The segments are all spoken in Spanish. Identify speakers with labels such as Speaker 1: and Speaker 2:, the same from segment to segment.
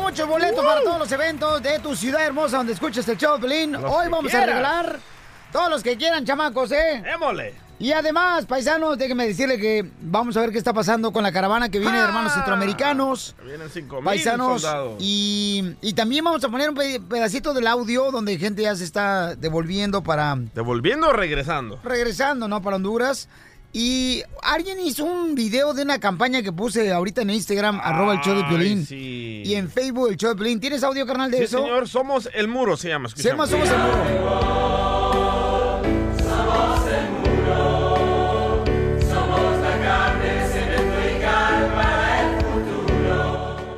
Speaker 1: muchos boletos para todos los eventos de tu ciudad hermosa donde escuches el Choplin. Hoy
Speaker 2: que
Speaker 1: vamos a
Speaker 2: quieras.
Speaker 1: regalar todos los que quieran, chamacos, ¿eh?
Speaker 2: Émole.
Speaker 1: Y además, paisanos, déjenme decirle que vamos a ver qué está pasando con la caravana que viene de hermanos centroamericanos.
Speaker 2: Vienen Ah. cinco mil
Speaker 1: Paisanos,
Speaker 2: soldados.
Speaker 1: y, y también vamos a poner un pe- pedacito del audio donde gente ya se está devolviendo para
Speaker 2: ¿Devolviendo o regresando?
Speaker 1: regresando, ¿no? Para Honduras. Y alguien hizo un video de una campaña que puse ahorita en Instagram, arroba el show de
Speaker 2: Ay,
Speaker 1: Piolín.
Speaker 2: sí.
Speaker 1: Y en Facebook, el show de Piolín. ¿Tienes audio, carnal, de
Speaker 2: Sí,
Speaker 1: eso?
Speaker 2: señor, somos el muro, se llama.
Speaker 1: Se llama Somos el Muro.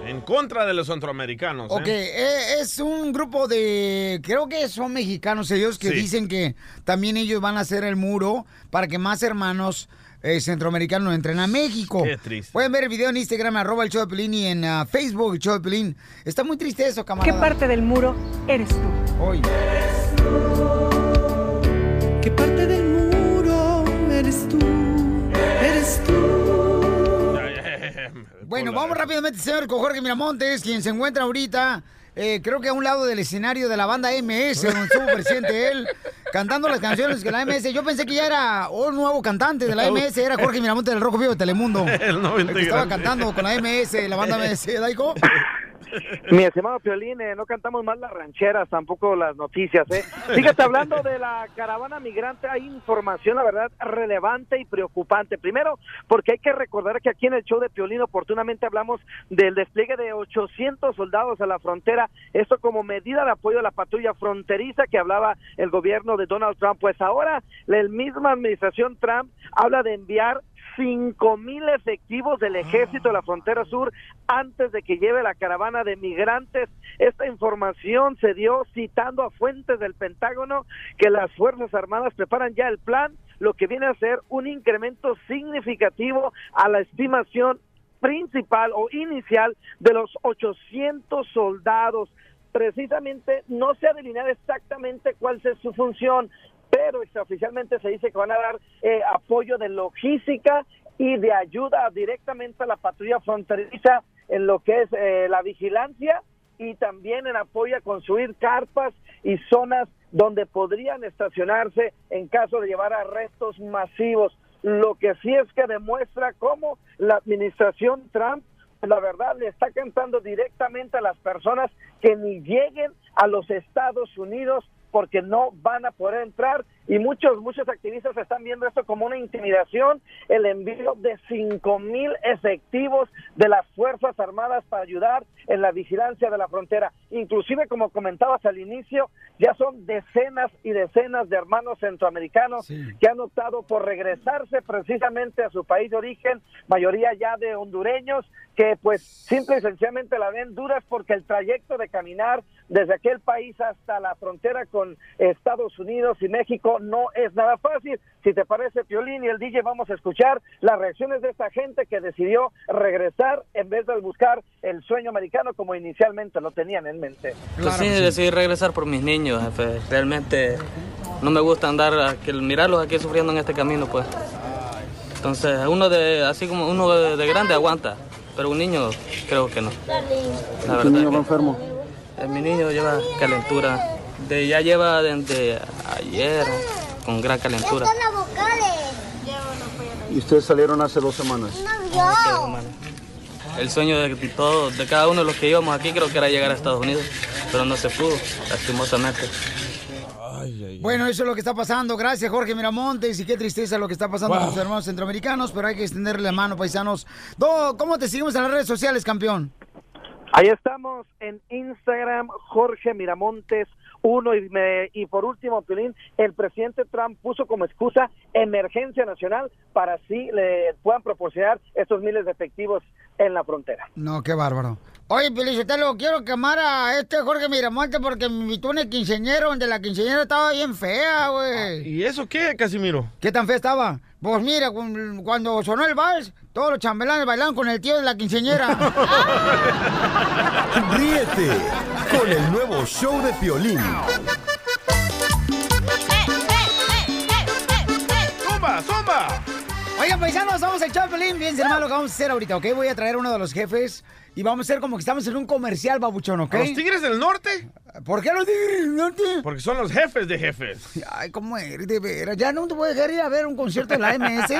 Speaker 2: En contra de los centroamericanos.
Speaker 1: Ok,
Speaker 2: ¿eh?
Speaker 1: eh, es un grupo de, creo que son mexicanos ellos, que
Speaker 2: Sí.
Speaker 1: dicen que también ellos van a hacer el muro para que más hermanos eh, centroamericanos entren a México.
Speaker 2: Qué triste.
Speaker 1: Pueden ver el video en Instagram, arroba el show de Piolín, y en ah, Facebook, el show de Piolín. Está muy triste eso, camarada.
Speaker 3: ¿Qué parte del muro eres tú?
Speaker 1: Hoy.
Speaker 4: ¿Qué parte del muro eres tú? Eres tú.
Speaker 1: Bueno, vamos rápidamente, señor, con Jorge Miramontes, quien se encuentra ahorita, eh, creo que a un lado del escenario de la banda MS, donde estuvo presente él, cantando las canciones que la MS. Yo pensé que ya era un nuevo cantante de la MS, era Jorge Miramontes del Rojo Vivo de Telemundo.
Speaker 2: El nuevo
Speaker 1: el que estaba
Speaker 2: integrante.
Speaker 1: cantando con la MS, la banda MS, Daico.
Speaker 5: Mi estimado Piolín, eh, no cantamos más las rancheras, tampoco las noticias. ¿eh? Fíjate, hablando de la caravana migrante, hay información, la verdad, relevante y preocupante. Primero, porque hay que recordar que aquí en el show de Piolín oportunamente hablamos del despliegue de 800 soldados a la frontera. Esto como medida de apoyo a la patrulla fronteriza que hablaba el gobierno de Donald Trump. Pues ahora, la misma administración Trump habla de enviar cinco mil efectivos del ejército de la frontera sur antes de que lleve la caravana de migrantes. Esta información se dio citando a fuentes del Pentágono que las Fuerzas Armadas preparan ya el plan, lo que viene a ser un incremento significativo a la estimación principal o inicial de los 800 soldados. Precisamente no se ha adivinado exactamente cuál es su función, pero extraoficialmente se dice que van a dar eh, apoyo de logística y de ayuda directamente a la patrulla fronteriza en lo que es eh, la vigilancia y también en apoyo a construir carpas y zonas donde podrían estacionarse en caso de llevar arrestos masivos. Lo que sí es que demuestra cómo la administración Trump la verdad le está cantando directamente a las personas que ni lleguen a los Estados Unidos porque no van a poder entrar y muchos muchos activistas están viendo esto como una intimidación el envío de cinco mil efectivos de las fuerzas armadas para ayudar en la vigilancia de la frontera inclusive como comentabas al inicio ya son decenas y decenas de hermanos centroamericanos que han optado por regresarse precisamente a su país de origen, mayoría ya de hondureños, que pues simple y sencillamente la ven duras porque el trayecto de caminar desde aquel país hasta la frontera con Estados Unidos y México no es nada fácil. Si te parece, Piolín y el DJ, vamos a escuchar las reacciones de esta gente que decidió regresar en vez de buscar el sueño americano como inicialmente lo tenían en mente.
Speaker 6: Pues sí, decidí regresar por mis niños, jefe. Realmente no me gusta andar, aquí- mirarlos aquí sufriendo en este camino, pues. Entonces, uno de, así como uno de, de grande aguanta, pero un niño creo que no. La verdad. que-
Speaker 7: enfermo?
Speaker 6: eh, mi niño lleva calentura. De, ya lleva desde ayer con gran calentura.
Speaker 7: Y ustedes salieron hace dos semanas.
Speaker 6: El sueño de todos, de cada uno de los que íbamos aquí, creo que era llegar a Estados Unidos, pero no se pudo, lastimosamente.
Speaker 1: Bueno, eso es lo que está pasando. Gracias, Jorge Miramontes. Y qué tristeza lo que está pasando con los hermanos centroamericanos, pero hay que extenderle la mano, paisanos. Do, ¿Cómo te seguimos en las redes sociales, campeón?
Speaker 5: Ahí estamos en Instagram, Jorge Miramontes. Uno y, me- y por último, Piolín, el presidente Trump puso como excusa emergencia nacional para así le puedan proporcionar estos miles de efectivos en la frontera.
Speaker 1: No, qué bárbaro. Oye, Felicitelo, quiero quemar a este Jorge Miramonte porque me invitó un quinceñero donde la quinceñera estaba bien fea, güey.
Speaker 2: Ah, ¿Y eso qué, Casimiro?
Speaker 1: ¿Qué tan fea estaba? Pues mira, cu- cuando sonó el vals, todos los chambelanes bailaban con el tío de la quinceñera.
Speaker 8: Ríete con el nuevo show de Piolín.
Speaker 2: ¡Zumba, zumba!
Speaker 1: Oigan, paisanos, vamos a echar Pelín. Fíjense, hermano, lo que vamos a hacer ahorita, ¿ok? Voy a traer a uno de los jefes y vamos a hacer como que estamos en un comercial, babuchón, ¿ok?
Speaker 2: ¿A los Tigres del Norte?
Speaker 1: ¿Por qué los Tigres del Norte?
Speaker 2: Porque son los jefes de jefes.
Speaker 1: Ay, ¿cómo eres? De veras. Ya no te voy a dejar ir a ver un concierto de la MS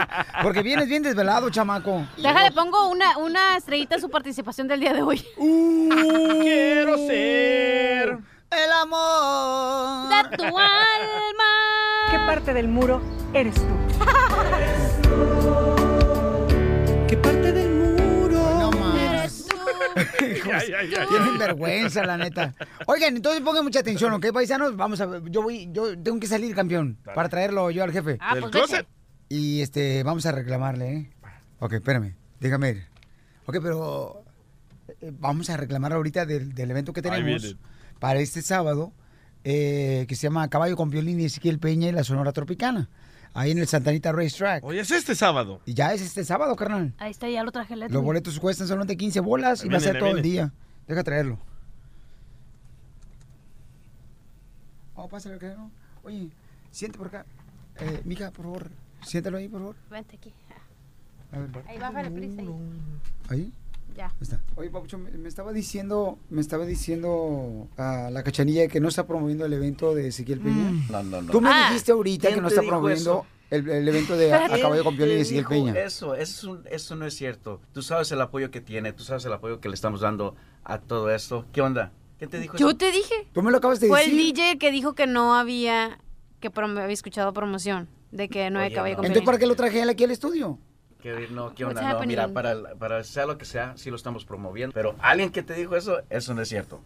Speaker 1: porque vienes bien desvelado, chamaco.
Speaker 9: Déjale, pongo una, una estrellita a su participación del día de hoy.
Speaker 1: Uh.
Speaker 2: quiero ser
Speaker 1: el amor
Speaker 9: de tu alma.
Speaker 10: ¿Qué parte del muro eres tú?
Speaker 3: ¿Qué parte del muro?
Speaker 1: Eres Tienen vergüenza, la neta. Oigan, entonces pongan mucha atención, ¿ok, paisanos? Vamos a ver, yo voy, yo tengo que salir campeón para traerlo yo al jefe.
Speaker 9: Ah,
Speaker 2: del
Speaker 9: pues vete.
Speaker 2: closet.
Speaker 1: Y este, vamos a reclamarle, ¿eh? Ok, espérame, déjame ir. Ok, pero eh, vamos a reclamar ahorita del, del evento que tenemos
Speaker 2: viene.
Speaker 1: para este sábado, eh, que se llama Caballo con Violín y Ezequiel Peña y la Sonora Tropicana, ahí en el Santanita Racetrack.
Speaker 2: Hoy es este sábado.
Speaker 1: Y ya es este sábado, carnal.
Speaker 9: Ahí está, ya lo traje el
Speaker 1: Los boletos cuestan solamente 15 bolas y
Speaker 2: Ahí
Speaker 1: va a
Speaker 2: viene,
Speaker 1: ser
Speaker 2: ahí
Speaker 1: todo el
Speaker 2: viene.
Speaker 1: día. Deja traerlo. Oh, pásale, que no. Oye, siente por acá. Eh, mija, por favor, siéntalo ahí, por favor.
Speaker 9: Vente aquí. Ah,
Speaker 1: A ver,
Speaker 9: Ahí bájale, prisa. ahí.
Speaker 1: Uh. ahí.
Speaker 9: Ya.
Speaker 1: Ahí está. Oye, Papuchón, me, me estaba diciendo, me estaba diciendo a la cachanilla que no está promoviendo el evento de Ezequiel Peña.
Speaker 11: No, no, no.
Speaker 1: Tú me
Speaker 9: Ah,
Speaker 1: dijiste ahorita que
Speaker 12: ¿quién
Speaker 1: no
Speaker 12: te
Speaker 1: está
Speaker 12: dijo
Speaker 1: promoviendo
Speaker 12: eso?
Speaker 1: el, el evento de A, a
Speaker 12: ¿Quién
Speaker 1: Caballo con Piolín y
Speaker 12: te
Speaker 1: Ezequiel
Speaker 12: dijo
Speaker 1: Peña.
Speaker 12: Eso, eso, es un- eso no es cierto. Tú sabes el apoyo que tiene, tú sabes el apoyo que le estamos dando a todo esto. ¿Qué onda? ¿Quién te dijo
Speaker 9: Yo
Speaker 12: eso?
Speaker 9: te dije.
Speaker 1: Tú me lo acabas de
Speaker 9: Fue el
Speaker 1: decir.
Speaker 9: DJ que dijo que no había, que prom- había escuchado promoción, de que no había
Speaker 12: Oye,
Speaker 9: caballo
Speaker 12: no.
Speaker 9: con
Speaker 1: Entonces, ¿para
Speaker 9: Piolín.
Speaker 1: qué lo traje él aquí al estudio?
Speaker 12: Que- no, ¿qué
Speaker 9: What's
Speaker 12: onda? No, mira,
Speaker 9: happening?
Speaker 12: para, para sea lo que sea, sí lo estamos promoviendo. Pero alguien que te dijo eso, eso no es cierto.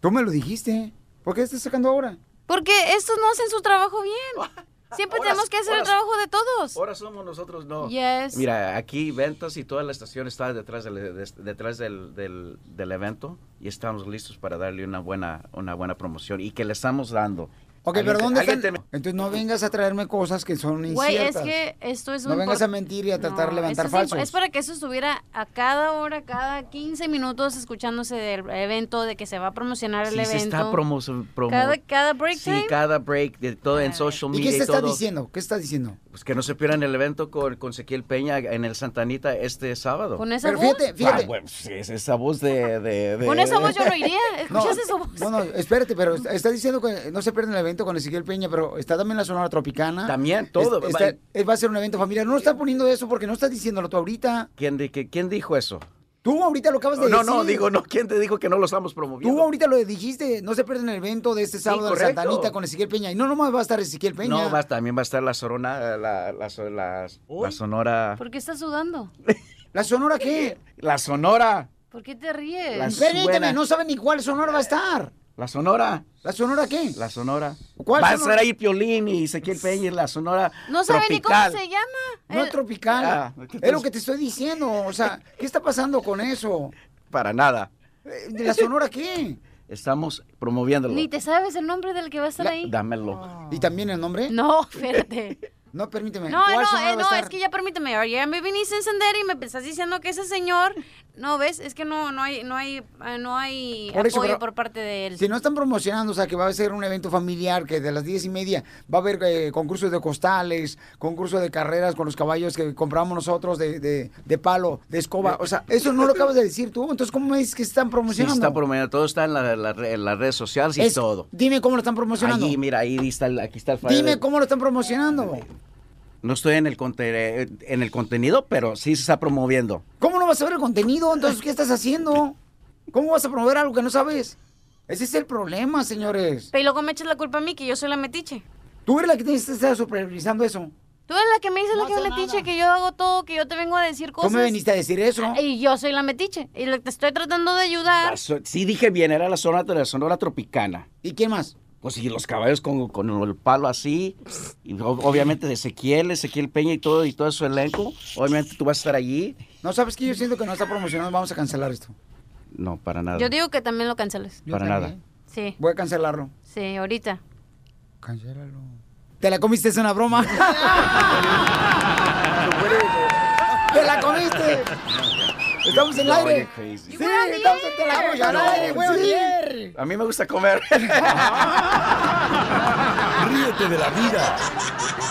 Speaker 1: Tú me lo dijiste. ¿Por qué estás sacando ahora?
Speaker 9: Porque estos no hacen su trabajo bien. Siempre
Speaker 12: Ahora-
Speaker 9: tenemos que hacer el
Speaker 12: ahora-
Speaker 9: trabajo de todos.
Speaker 12: Ahora somos nosotros, no.
Speaker 9: Yes.
Speaker 12: Mira, aquí ventas y toda la estación está detrás del, des- detrás del, del- del evento y estamos listos para darle una buena, una buena promoción y que le estamos dando.
Speaker 1: Ok,
Speaker 12: Alguien
Speaker 1: pero
Speaker 12: te-
Speaker 1: ¿dónde
Speaker 12: alguien
Speaker 1: están?
Speaker 12: te-
Speaker 1: Entonces no vengas a traerme cosas que son
Speaker 9: Güey, es
Speaker 1: inciertas.
Speaker 9: que esto es
Speaker 1: No
Speaker 9: un
Speaker 1: vengas
Speaker 9: por-
Speaker 1: a mentir y a tratar de
Speaker 9: No,
Speaker 1: levantar
Speaker 9: esto es un-
Speaker 1: falsos.
Speaker 9: Es para que eso estuviera a cada hora, cada 15 minutos escuchándose del evento, de que se va a promocionar el
Speaker 12: Sí,
Speaker 9: evento.
Speaker 12: se está promo, promo-
Speaker 9: Cada- cada break
Speaker 12: Sí,
Speaker 9: time. Ah.
Speaker 12: cada break, de todo en social
Speaker 1: ¿Y
Speaker 12: media
Speaker 1: qué
Speaker 12: y,
Speaker 1: se está
Speaker 12: todo.
Speaker 1: diciendo? ¿Qué está diciendo?
Speaker 12: Pues que no se pierdan el evento con, con Ezequiel Peña en el Santanita este sábado.
Speaker 9: Con esa
Speaker 1: Pero
Speaker 9: voz.
Speaker 1: fíjate, fíjate.
Speaker 12: Ah, bueno, sí, es esa voz de... de, de-
Speaker 9: Con esa voz yo no iría. ¿Escuchaste su voz?
Speaker 1: No, no, espérate, pero está- está diciendo que no se pierde el evento con Ezequiel Peña, pero está también la Sonora Tropicana.
Speaker 12: También, todo.
Speaker 1: Es- está- es- va a ser un evento familiar. No está poniendo eso porque no estás diciéndolo tú ahorita.
Speaker 12: ¿Quién, di- que- ¿Quién dijo eso?
Speaker 1: Tú ahorita lo acabas de
Speaker 12: No,
Speaker 1: decir.
Speaker 12: no, digo, no, ¿quién te dijo que no lo estamos promoviendo?
Speaker 1: Tú ahorita lo dijiste, no se pierden el evento de este sábado en
Speaker 12: correcto.
Speaker 1: Santanita con Ezequiel Peña. Y no nomás va a estar Ezequiel Peña.
Speaker 12: No, va, también va a estar la Sorona, la, la, so- la- la Sonora.
Speaker 9: ¿Por qué estás sudando?
Speaker 1: ¿La Sonora qué?
Speaker 12: La Sonora,
Speaker 9: ¿Por qué te ríes?
Speaker 12: Las-
Speaker 1: Permíteme,
Speaker 12: Suena.
Speaker 1: no saben ni cuál Sonora va a estar.
Speaker 12: la Sonora,
Speaker 1: ¿La Sonora qué?
Speaker 12: la Sonora.
Speaker 1: ¿Cuál
Speaker 12: va
Speaker 1: Sonora?
Speaker 12: a estar ahí Piolín y Ezequiel Peña, y la Sonora.
Speaker 9: No sabe ni cómo
Speaker 12: tropical.
Speaker 9: se llama. Eh,
Speaker 1: No
Speaker 9: El-
Speaker 1: es tropical.
Speaker 12: Ah, ¿qué
Speaker 1: es
Speaker 12: tal?
Speaker 1: lo que te estoy diciendo. O sea, ¿qué está pasando con eso?
Speaker 12: Para nada.
Speaker 1: Eh, ¿De la Sonora qué?
Speaker 12: Estamos promoviéndolo.
Speaker 9: Ni te sabes el nombre del que va a estar
Speaker 12: La-
Speaker 9: ahí.
Speaker 12: Dámelo.
Speaker 1: ¿Y también el nombre? No,
Speaker 9: No, espérate.
Speaker 1: permíteme.
Speaker 9: No,
Speaker 1: ¿Cuál
Speaker 9: no, eh,
Speaker 1: Sonora va a
Speaker 9: no,
Speaker 1: estar?
Speaker 9: es que ya permíteme, ahora ya me viniste a encender y me estás diciendo que ese señor, no ves, es que no, no hay, no hay, eh, no hay
Speaker 1: Por eso,
Speaker 9: apoyo
Speaker 1: pero-
Speaker 9: por parte de él.
Speaker 1: Si no están promocionando, o sea, que va a ser un evento familiar, que de las diez y media va a haber eh, concursos de costales, concursos de carreras con los caballos que compramos nosotros de, de- de palo, de escoba. O sea, eso no lo acabas de decir tú. Entonces, ¿cómo es que están
Speaker 12: Sí,
Speaker 1: promocionando?
Speaker 12: está promoviendo. Todo está en, la, la re- en las redes sociales y
Speaker 1: Es-
Speaker 12: todo.
Speaker 1: Dime cómo lo están promocionando.
Speaker 12: Allí, mira, ahí está, el- aquí está el flyer.
Speaker 1: Dime cómo lo están promocionando.
Speaker 12: No estoy en el, conte- en el contenido, pero sí se está promoviendo.
Speaker 1: ¿Cómo no vas a ver el contenido? Entonces, ¿qué estás haciendo? ¿Cómo vas a promover algo que no sabes? Ese es el problema, señores.
Speaker 9: Pero luego me echas la culpa a mí que yo soy la metiche.
Speaker 1: Tú eres la que tienes que estar supervisando eso.
Speaker 9: Tú eres la que me dices
Speaker 1: No
Speaker 9: la que es
Speaker 1: hace
Speaker 9: metiche,
Speaker 1: nada.
Speaker 9: que yo hago todo, que yo te vengo a decir
Speaker 1: Tú
Speaker 9: cosas.
Speaker 1: me viniste a decir eso.
Speaker 9: Ah, Y yo soy la metiche. Y le- te estoy tratando de ayudar.
Speaker 12: La so- sí dije bien, era la zona de la Sonora Tropicana.
Speaker 1: ¿Y quién más?
Speaker 12: Pues y los caballos con, con el palo así, y o- obviamente de Ezequiel, Ezequiel Peña y todo, y todo su elenco, obviamente tú vas a estar allí.
Speaker 1: No sabes que yo siento que no está promocionando, vamos a cancelar esto.
Speaker 13: No, para nada.
Speaker 9: Yo digo que también lo canceles.
Speaker 13: para nada.
Speaker 9: Sí.
Speaker 1: Voy a cancelarlo.
Speaker 9: Sí, ahorita.
Speaker 1: Cancélalo. ¿Te la comiste? Es una broma. ¡Te la comiste! Estamos en el aire. Sí, estamos en la vamos al aire, güey, ayer.
Speaker 13: A mí me gusta comer.
Speaker 8: Ríete de la vida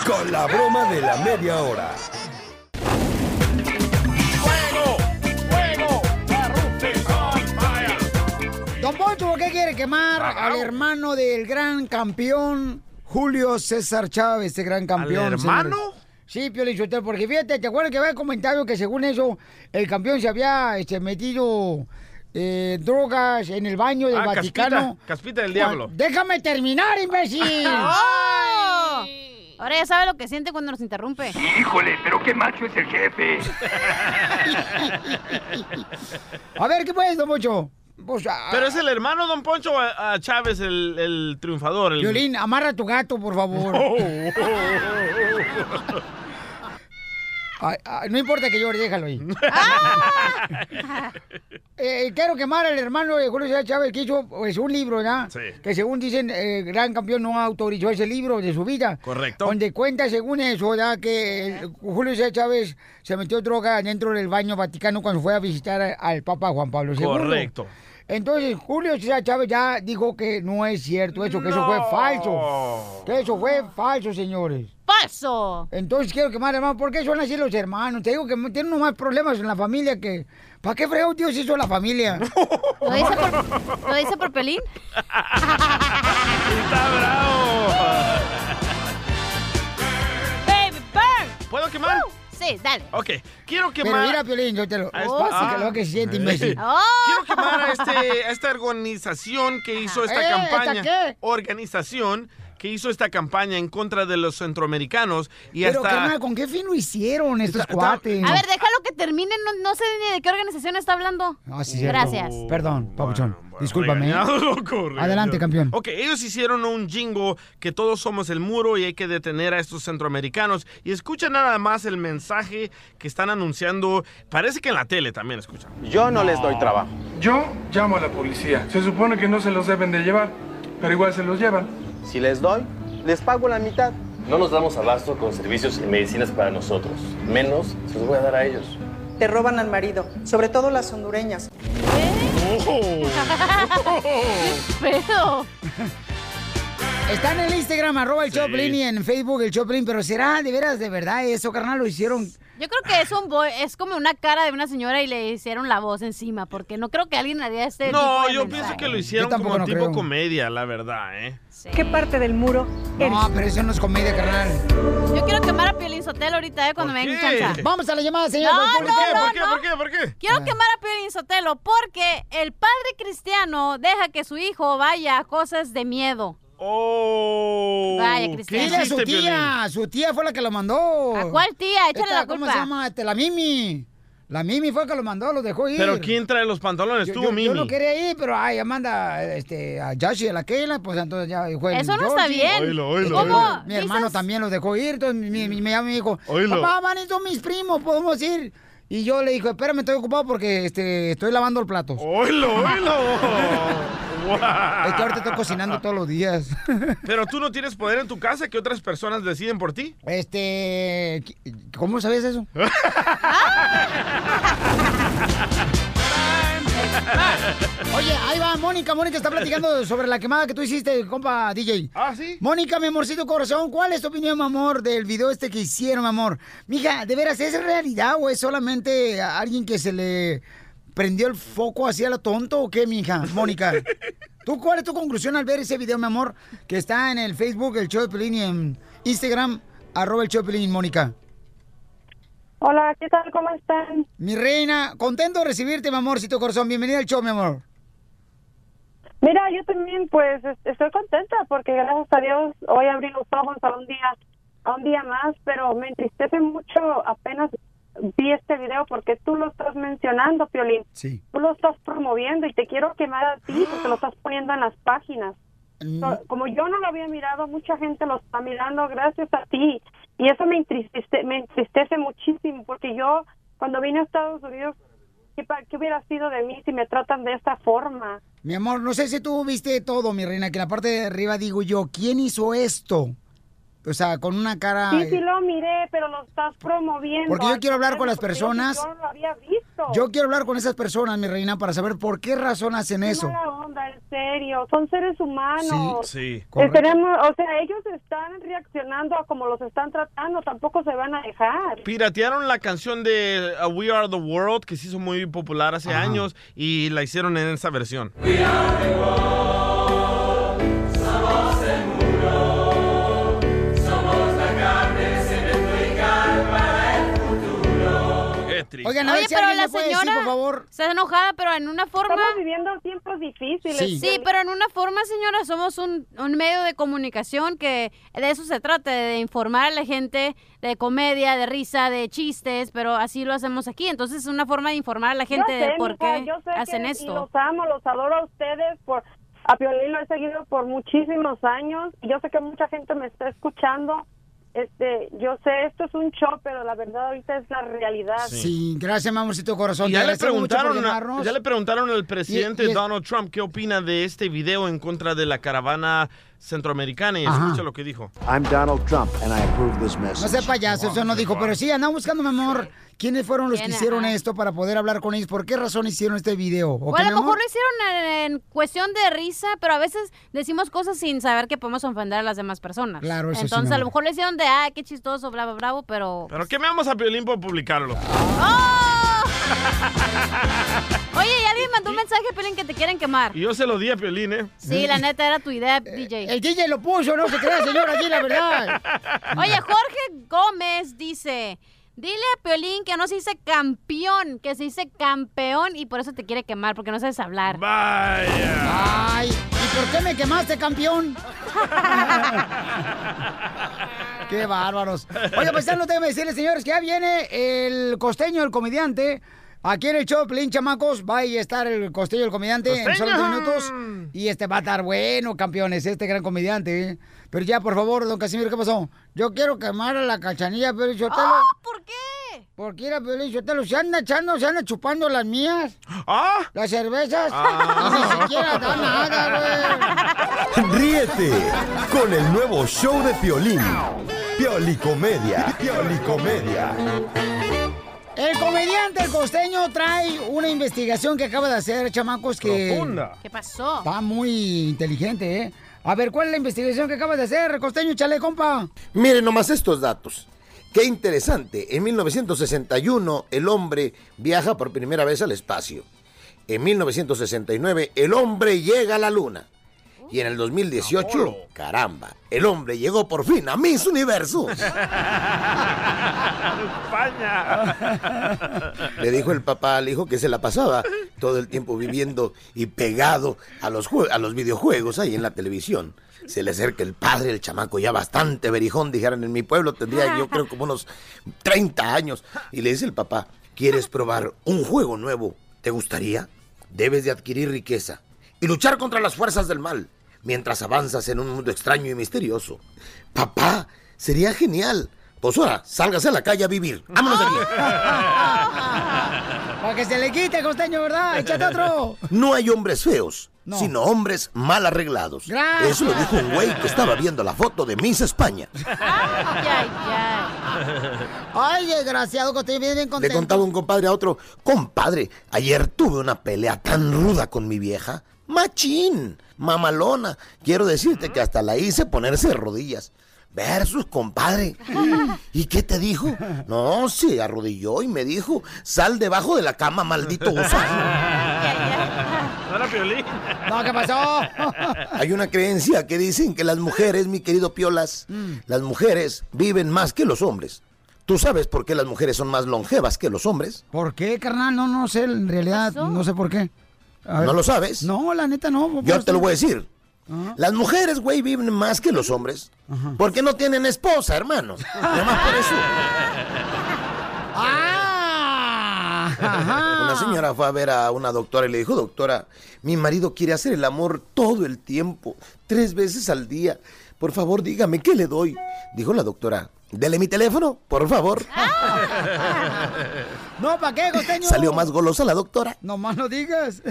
Speaker 8: con la broma de la media hora.
Speaker 1: Don Poncho, ¿por qué quiere quemar
Speaker 4: Ajá.
Speaker 1: al hermano del gran campeón Julio César Chávez, este gran campeón?
Speaker 4: hermano?
Speaker 1: señores? Sí, Pio Lichotero, porque fíjate, ¿te acuerdas que había comentado que según eso el campeón se había este, metido eh, drogas en el baño del
Speaker 2: Ah,
Speaker 1: Vaticano?
Speaker 2: Caspita, Caspita del diablo.
Speaker 1: Juan, Déjame terminar, imbécil.
Speaker 9: ¡Ay! Ahora ya sabe lo que siente cuando nos interrumpe.
Speaker 14: Híjole, pero qué macho es el jefe.
Speaker 1: A ver, ¿qué puedes, don Poncho? Pues, ah,
Speaker 2: ¿Pero es el hermano Don Poncho o a, a Chávez el, el triunfador? El...
Speaker 1: Violín, amarra a tu gato, por favor. Ay, ay, no importa que llore, déjalo ahí. Eh, quiero quemar al hermano de Julio César Chávez que hizo pues, un libro, ¿ya? Que según dicen, eh, gran campeón no autorizó ese libro de su vida.
Speaker 4: Correcto.
Speaker 1: Donde cuenta, según eso, ¿ya? Que eh, Julio César Chávez se metió droga dentro del baño Vaticano cuando fue a visitar a- al Papa Juan Pablo II.
Speaker 4: Correcto.
Speaker 1: Entonces, Julio César Chávez ya dijo que no es cierto eso, que eso fue
Speaker 4: No.
Speaker 1: falso. Que eso fue falso, señores.
Speaker 9: ¡Falso!
Speaker 1: Entonces quiero quemar, hermano, ¿por qué son así los hermanos? Te digo que tienen unos más problemas en la familia que... ¿Para qué fregó Dios hizo la familia?
Speaker 9: ¿Lo dice por, ¿lo dice por pelín? ¡Baby Bird!
Speaker 2: ¿Puedo quemar?
Speaker 9: Sí, dale.
Speaker 2: Ok, quiero
Speaker 1: Pero
Speaker 2: quemar...
Speaker 1: mira, Piolín, yo te lo...
Speaker 2: Ah,
Speaker 1: Es
Speaker 2: está-
Speaker 1: fácil
Speaker 2: ah.
Speaker 1: que lo que se siente, imbécil. Ah,
Speaker 2: Quiero quemar a, este- a esta organización que hizo esta
Speaker 1: Eh, ¿esta
Speaker 2: campaña.
Speaker 1: qué?
Speaker 2: Organización que hizo esta campaña en contra de los centroamericanos y
Speaker 1: Pero,
Speaker 2: hasta...
Speaker 1: carnal, ¿con qué fin lo hicieron estos
Speaker 2: está-
Speaker 1: cuates?
Speaker 9: A ver, déjalo que termine. No, no sé ni de qué organización está hablando.
Speaker 1: Ah, sí, cierto.
Speaker 9: Gracias.
Speaker 1: Perdón, papuchón. Discúlpame. ¿eh?
Speaker 2: regañado, loco, regañado.
Speaker 1: Adelante, campeón.
Speaker 2: Ok, ellos hicieron un jingo que todos somos el muro y hay que detener a estos centroamericanos. Y escucha nada más el mensaje que están anunciando. Parece que en la tele también escuchan.
Speaker 15: Yo no les doy trabajo.
Speaker 16: Yo llamo a la policía.
Speaker 15: Se supone que no se los deben de llevar, pero igual se los llevan. Si les doy, les pago la mitad.
Speaker 17: No nos damos abasto con servicios y medicinas para nosotros. Menos se los voy a dar a ellos.
Speaker 18: Te roban al marido, sobre todo las hondureñas.
Speaker 9: Pero.
Speaker 1: Está en el Instagram, arroba el
Speaker 9: Sí.
Speaker 1: Choplin, y en Facebook el Choplin. Pero ¿será de veras, de verdad eso, carnal? ¿Lo hicieron...?
Speaker 9: Yo creo que es un boy, es como una cara de una señora y le hicieron la voz encima, porque no creo que alguien haría este tipo
Speaker 2: No,
Speaker 9: de mensaje.
Speaker 2: yo pienso que lo hicieron como tipo comedia, la verdad, ¿eh?
Speaker 9: ¿Qué parte del muro
Speaker 1: No, pero eso no es comedia, carnal.
Speaker 9: Yo quiero quemar a Piolín Sotelo ahorita, eh, cuando me den
Speaker 1: qué?
Speaker 9: chance.
Speaker 1: Vamos a la llamada, señor.
Speaker 9: No,
Speaker 1: ¿Por
Speaker 9: no, no,
Speaker 1: qué? ¿Por qué? Ah.
Speaker 9: no.
Speaker 1: ¿Por
Speaker 2: qué? ¿Por qué?
Speaker 9: Quiero quemar a Piolín Sotelo porque el padre cristiano deja que su hijo vaya a cosas de miedo.
Speaker 2: Oh.
Speaker 9: Vaya, Cristian.
Speaker 1: Mira, su tía, su tía fue la que lo mandó. ¿A
Speaker 9: cuál tía? Échale la
Speaker 1: ¿Cómo
Speaker 9: culpa.
Speaker 1: se llama? Este, la Mimi. La Mimi fue la que lo mandó, lo dejó ir.
Speaker 2: Pero ¿quién trae los pantalones?
Speaker 1: Yo-
Speaker 2: Tú,
Speaker 1: yo,
Speaker 2: Mimi.
Speaker 1: Yo no quería ir, pero ay, manda este, a Yashi y a la Keila, pues entonces ya fue el
Speaker 9: Eso no está
Speaker 1: Georgie.
Speaker 9: bien. Oílo, oílo,
Speaker 1: Entonces,
Speaker 9: oílo.
Speaker 1: Mi hermano también los dejó ir, entonces mi, mi- me llamó y me dijo,
Speaker 4: Oílo.
Speaker 1: papá, van estos mis primos, podemos ir. Y yo le dije, espérame, estoy ocupado porque este, estoy lavando el plato.
Speaker 2: ¡Oílo, oílo!
Speaker 1: es que ahorita estoy cocinando todos los días.
Speaker 2: Pero tú no tienes poder en tu casa que otras personas deciden por ti.
Speaker 1: Este, ¿cómo sabes eso? Oye, ahí va Mónica. Mónica está platicando sobre la quemada que tú hiciste, compa DJ.
Speaker 2: Ah, sí.
Speaker 1: Mónica, mi amorcito corazón, ¿cuál es tu opinión, mi amor, del video este que hicieron, mi amor? Mija, ¿de veras es realidad o es solamente a alguien que se le prendió el foco hacia lo tonto o qué, mija? Mónica. ¿Tú cuál es tu conclusión al ver ese video, mi amor? Que está en el Facebook, el show de Pelín y en Instagram, arroba el show de Pelín, Mónica.
Speaker 19: Hola, ¿qué tal? ¿Cómo están?
Speaker 1: Mi reina, contento de recibirte, mi amorcito corazón. Bienvenida al show, mi amor.
Speaker 19: Mira, yo también, pues, es- estoy contenta porque gracias a Dios hoy abrí los ojos a un día, a un día más, pero me entristece mucho apenas vi este video porque tú lo estás mencionando, Piolín.
Speaker 1: Sí.
Speaker 19: Tú lo estás promoviendo y te quiero quemar a ti porque lo estás poniendo en las páginas. So- Como yo no lo había mirado, mucha gente lo está mirando gracias a ti. Y eso me entristece, me entristece muchísimo porque yo, cuando vine a Estados Unidos, ¿Qué, pa- qué hubiera sido de mí si me tratan de esta forma?
Speaker 1: Mi amor, no sé si tú viste todo, mi reina, que la parte de arriba digo yo, ¿quién hizo esto? O sea, con una cara...
Speaker 19: Sí, sí lo miré, pero lo estás promoviendo.
Speaker 1: Porque yo quiero hablar con las personas.
Speaker 19: Yo no lo había visto.
Speaker 1: Yo quiero hablar con esas personas, mi reina, para saber por qué razón hacen eso.
Speaker 19: mala onda, en serio. Son seres humanos.
Speaker 1: sí.
Speaker 19: Tenemos- o sea, ellos están reaccionando a como los están tratando. Tampoco se van a dejar.
Speaker 2: Piratearon la canción de uh, We Are the World, que se hizo muy popular hace años, y la hicieron en esa versión.
Speaker 4: Somos el muro, somos la carne central para el futuro.
Speaker 2: Qué
Speaker 1: Oigan, a ver
Speaker 9: Oye,
Speaker 1: si
Speaker 9: pero
Speaker 1: alguien
Speaker 9: la
Speaker 1: me puede decir,
Speaker 9: señora
Speaker 1: por favor.
Speaker 9: está enojada, pero en una forma... Estamos
Speaker 19: viviendo tiempos difíciles.
Speaker 9: Sí.
Speaker 19: Sí.
Speaker 9: pero en una forma, señora, somos un, un medio de comunicación que de eso se trata, de informar a la gente de comedia, de risa, de chistes, pero así lo hacemos aquí. Entonces es una forma de informar a la gente
Speaker 19: Yo
Speaker 9: de
Speaker 19: sé,
Speaker 9: por
Speaker 19: mija,
Speaker 9: qué
Speaker 19: yo sé
Speaker 9: hacen
Speaker 19: que-
Speaker 9: esto.
Speaker 19: Y los amo, los adoro a ustedes. Por, a Piolín lo he seguido por muchísimos años. y Yo sé que mucha gente me está escuchando. Este, yo sé, esto es un show, pero la verdad ahorita es la realidad.
Speaker 1: Sí, gracias, mi amorcito corazón.
Speaker 2: Y
Speaker 1: Te
Speaker 2: ya le,
Speaker 1: agradecemos mucho por
Speaker 2: preguntaron a-
Speaker 1: llamarnos.
Speaker 2: ya le preguntaron al presidente
Speaker 1: Y- y es-
Speaker 2: Donald Trump qué opina de este video en contra de la caravana centroamericana y
Speaker 7: Ajá.
Speaker 2: escucha lo que dijo.
Speaker 7: I'm Donald Trump and I approve this message.
Speaker 1: No sea payaso, eso no dijo, pero sí, andamos buscando, mi amor, quiénes fueron los que hicieron esto para poder hablar con ellos, por qué razón hicieron este video. ¿ok,
Speaker 9: O Pues a
Speaker 1: mi
Speaker 9: lo
Speaker 1: amor?
Speaker 9: mejor lo hicieron en, en cuestión de risa, pero a veces decimos cosas sin saber que podemos ofender a las demás personas.
Speaker 2: Claro, eso sí,
Speaker 9: Entonces,
Speaker 2: mi
Speaker 9: a lo
Speaker 2: amor.
Speaker 9: mejor lo hicieron de, ah, qué chistoso, bla, bla, bravo, pero...
Speaker 2: Pero qué me vamos a Piolín por publicarlo.
Speaker 9: Oye, y alguien mandó un mensaje, Pelín, que te quieren quemar.
Speaker 2: Y yo se lo di a Piolín, ¿eh?
Speaker 9: Sí, la neta, era tu idea, DJ.
Speaker 1: eh, El DJ lo puso, no se crea, señora, aquí la verdad.
Speaker 9: Oye, Jorge Gómez dice... Dile a Piolín que no se dice campeón, que se dice campeón y por eso te quiere quemar, porque no sabes hablar.
Speaker 1: Vaya. Ay, ¿y por qué me quemaste, campeón? Qué bárbaros. Oye, pues ya no tengo que decirles, señores, que ya viene el costeño, el comediante. Aquí en el show, de Pelín Chamacos, va a estar el costeño, el comediante, en solo dos
Speaker 4: ¡Costeño!
Speaker 1: minutos. Y este va a estar bueno, campeones, este gran comediante. ¿eh? Pero ya, por favor, don Casimiro, ¿qué pasó? Yo quiero quemar a la cachanilla, pero yo te lo...
Speaker 9: Ah, ¿Por qué?
Speaker 1: Porque era Piolín Sotelo, se anda echando, se anda chupando las mías.
Speaker 2: ¿Ah?
Speaker 1: Las cervezas.
Speaker 4: Ah.
Speaker 1: Y ni siquiera da nada, güey.
Speaker 8: Ríete con el nuevo show de Piolín. Piolicomedia. Piolicomedia.
Speaker 1: El comediante El Costeño trae una investigación que acaba de hacer, chamacos, que...
Speaker 9: Profunda. ¿Qué pasó?
Speaker 1: Está muy inteligente, ¿eh? A ver, ¿cuál es la investigación que acaba de hacer, Costeño? Chale, compa.
Speaker 20: Miren nomás estos datos. Qué interesante. En 1961 el hombre viaja por primera vez al espacio. En 1969 el hombre llega a la luna. Y en el 2018, caramba, el hombre llegó por fin a Miss Universo. Le dijo el papá al hijo que se la pasaba todo el tiempo viviendo y pegado a los, jue- a los videojuegos ahí en la televisión. Se le acerca el padre, el chamaco ya bastante berijón, dijeron en mi pueblo, tendría yo creo como unos 30 años. Y le dice el papá, ¿quieres probar un juego nuevo? ¿Te gustaría? Debes de adquirir riqueza y luchar contra las fuerzas del mal mientras avanzas en un mundo extraño y misterioso. Papá, sería genial. Pues ahora, sálgase a la calle a vivir. Vámonos de aquí.
Speaker 1: Para que se le quite, Costeño, ¿verdad? Ah, Échate otro.
Speaker 20: No hay hombres feos, sino hombres mal arreglados.
Speaker 1: Gracias.
Speaker 20: Eso lo dijo un güey que estaba viendo la foto de Miss España.
Speaker 1: Ay, ay, ay. Ay, desgraciado, Costeño, bien, bien
Speaker 20: Le
Speaker 1: contento.
Speaker 20: contaba un compadre a otro, compadre, ayer tuve una pelea tan ruda con mi vieja. Machín, mamalona. Quiero decirte que hasta la hice ponerse de rodillas. Versus, compadre. ¿Y qué te dijo? No, se arrodilló y me dijo, sal debajo de la cama, maldito gusano.
Speaker 2: No era Piolín.
Speaker 1: No, ¿qué pasó?
Speaker 20: Hay una creencia que dicen que las mujeres, mi querido Piolas,
Speaker 1: Mm.
Speaker 20: las mujeres viven más que los hombres. ¿Tú sabes por qué las mujeres son más longevas que los hombres?
Speaker 1: ¿Por qué, carnal? No, no sé, en realidad, no sé por qué. A ver.
Speaker 20: ¿No lo sabes?
Speaker 1: No, la neta no.
Speaker 20: Yo
Speaker 1: pues,
Speaker 20: te lo
Speaker 1: no.
Speaker 20: voy a decir. Las mujeres, güey, viven más que los hombres. Porque no tienen esposa, hermano. Nada más por eso.
Speaker 9: Ah.
Speaker 1: Ah.
Speaker 20: Una señora fue a ver a una doctora y le dijo, doctora, mi marido quiere hacer el amor todo el tiempo, tres veces al día. Por favor, dígame, ¿qué le doy? Dijo la doctora, Dele mi teléfono, por favor.
Speaker 9: Oh
Speaker 1: No, ¿para qué, costeño?
Speaker 20: Salió más golosa la doctora.
Speaker 1: No más no digas.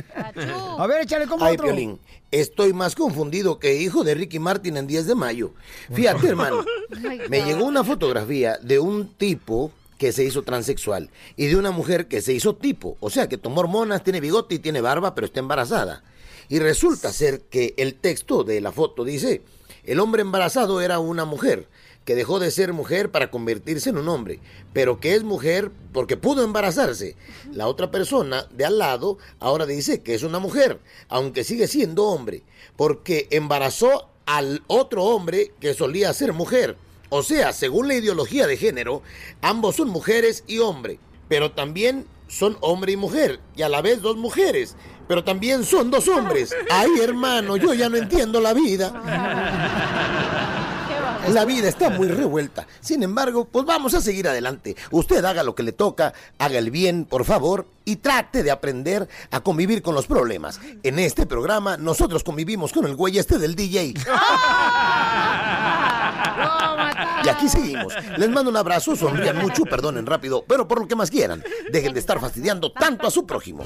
Speaker 1: A ver, échale como
Speaker 20: Ay,
Speaker 1: otro.
Speaker 20: Piolín, estoy más confundido que hijo de Ricky Martin en 10 de mayo. Fíjate, hermano, me llegó una fotografía de un tipo que se hizo transexual y de una mujer que se hizo tipo. O sea, que tomó hormonas, tiene bigote y tiene barba, pero está embarazada. Y resulta ser que el texto de la foto dice, el hombre embarazado era una mujer que dejó de ser mujer para convertirse en un hombre, pero que es mujer porque pudo embarazarse. La otra persona de al lado ahora dice que es una mujer, aunque sigue siendo hombre, porque embarazó al otro hombre que solía ser mujer. O sea, según la ideología de género, ambos son mujeres y hombre, pero también son hombre y mujer, y a la vez dos mujeres, pero también son dos hombres. Ay, hermano, yo ya no entiendo la vida. La vida está muy revuelta. Sin embargo, pues vamos a seguir adelante. Usted haga lo que le toca, haga el bien, por favor, y trate de aprender a convivir con los problemas. En este programa, nosotros convivimos con el güey este del DJ. Y aquí seguimos. Les mando un abrazo, sonrían mucho, perdonen rápido, pero por lo que más quieran, dejen de estar fastidiando tanto a su prójimo.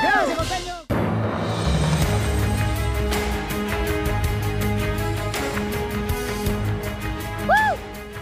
Speaker 1: Gracias, costeño.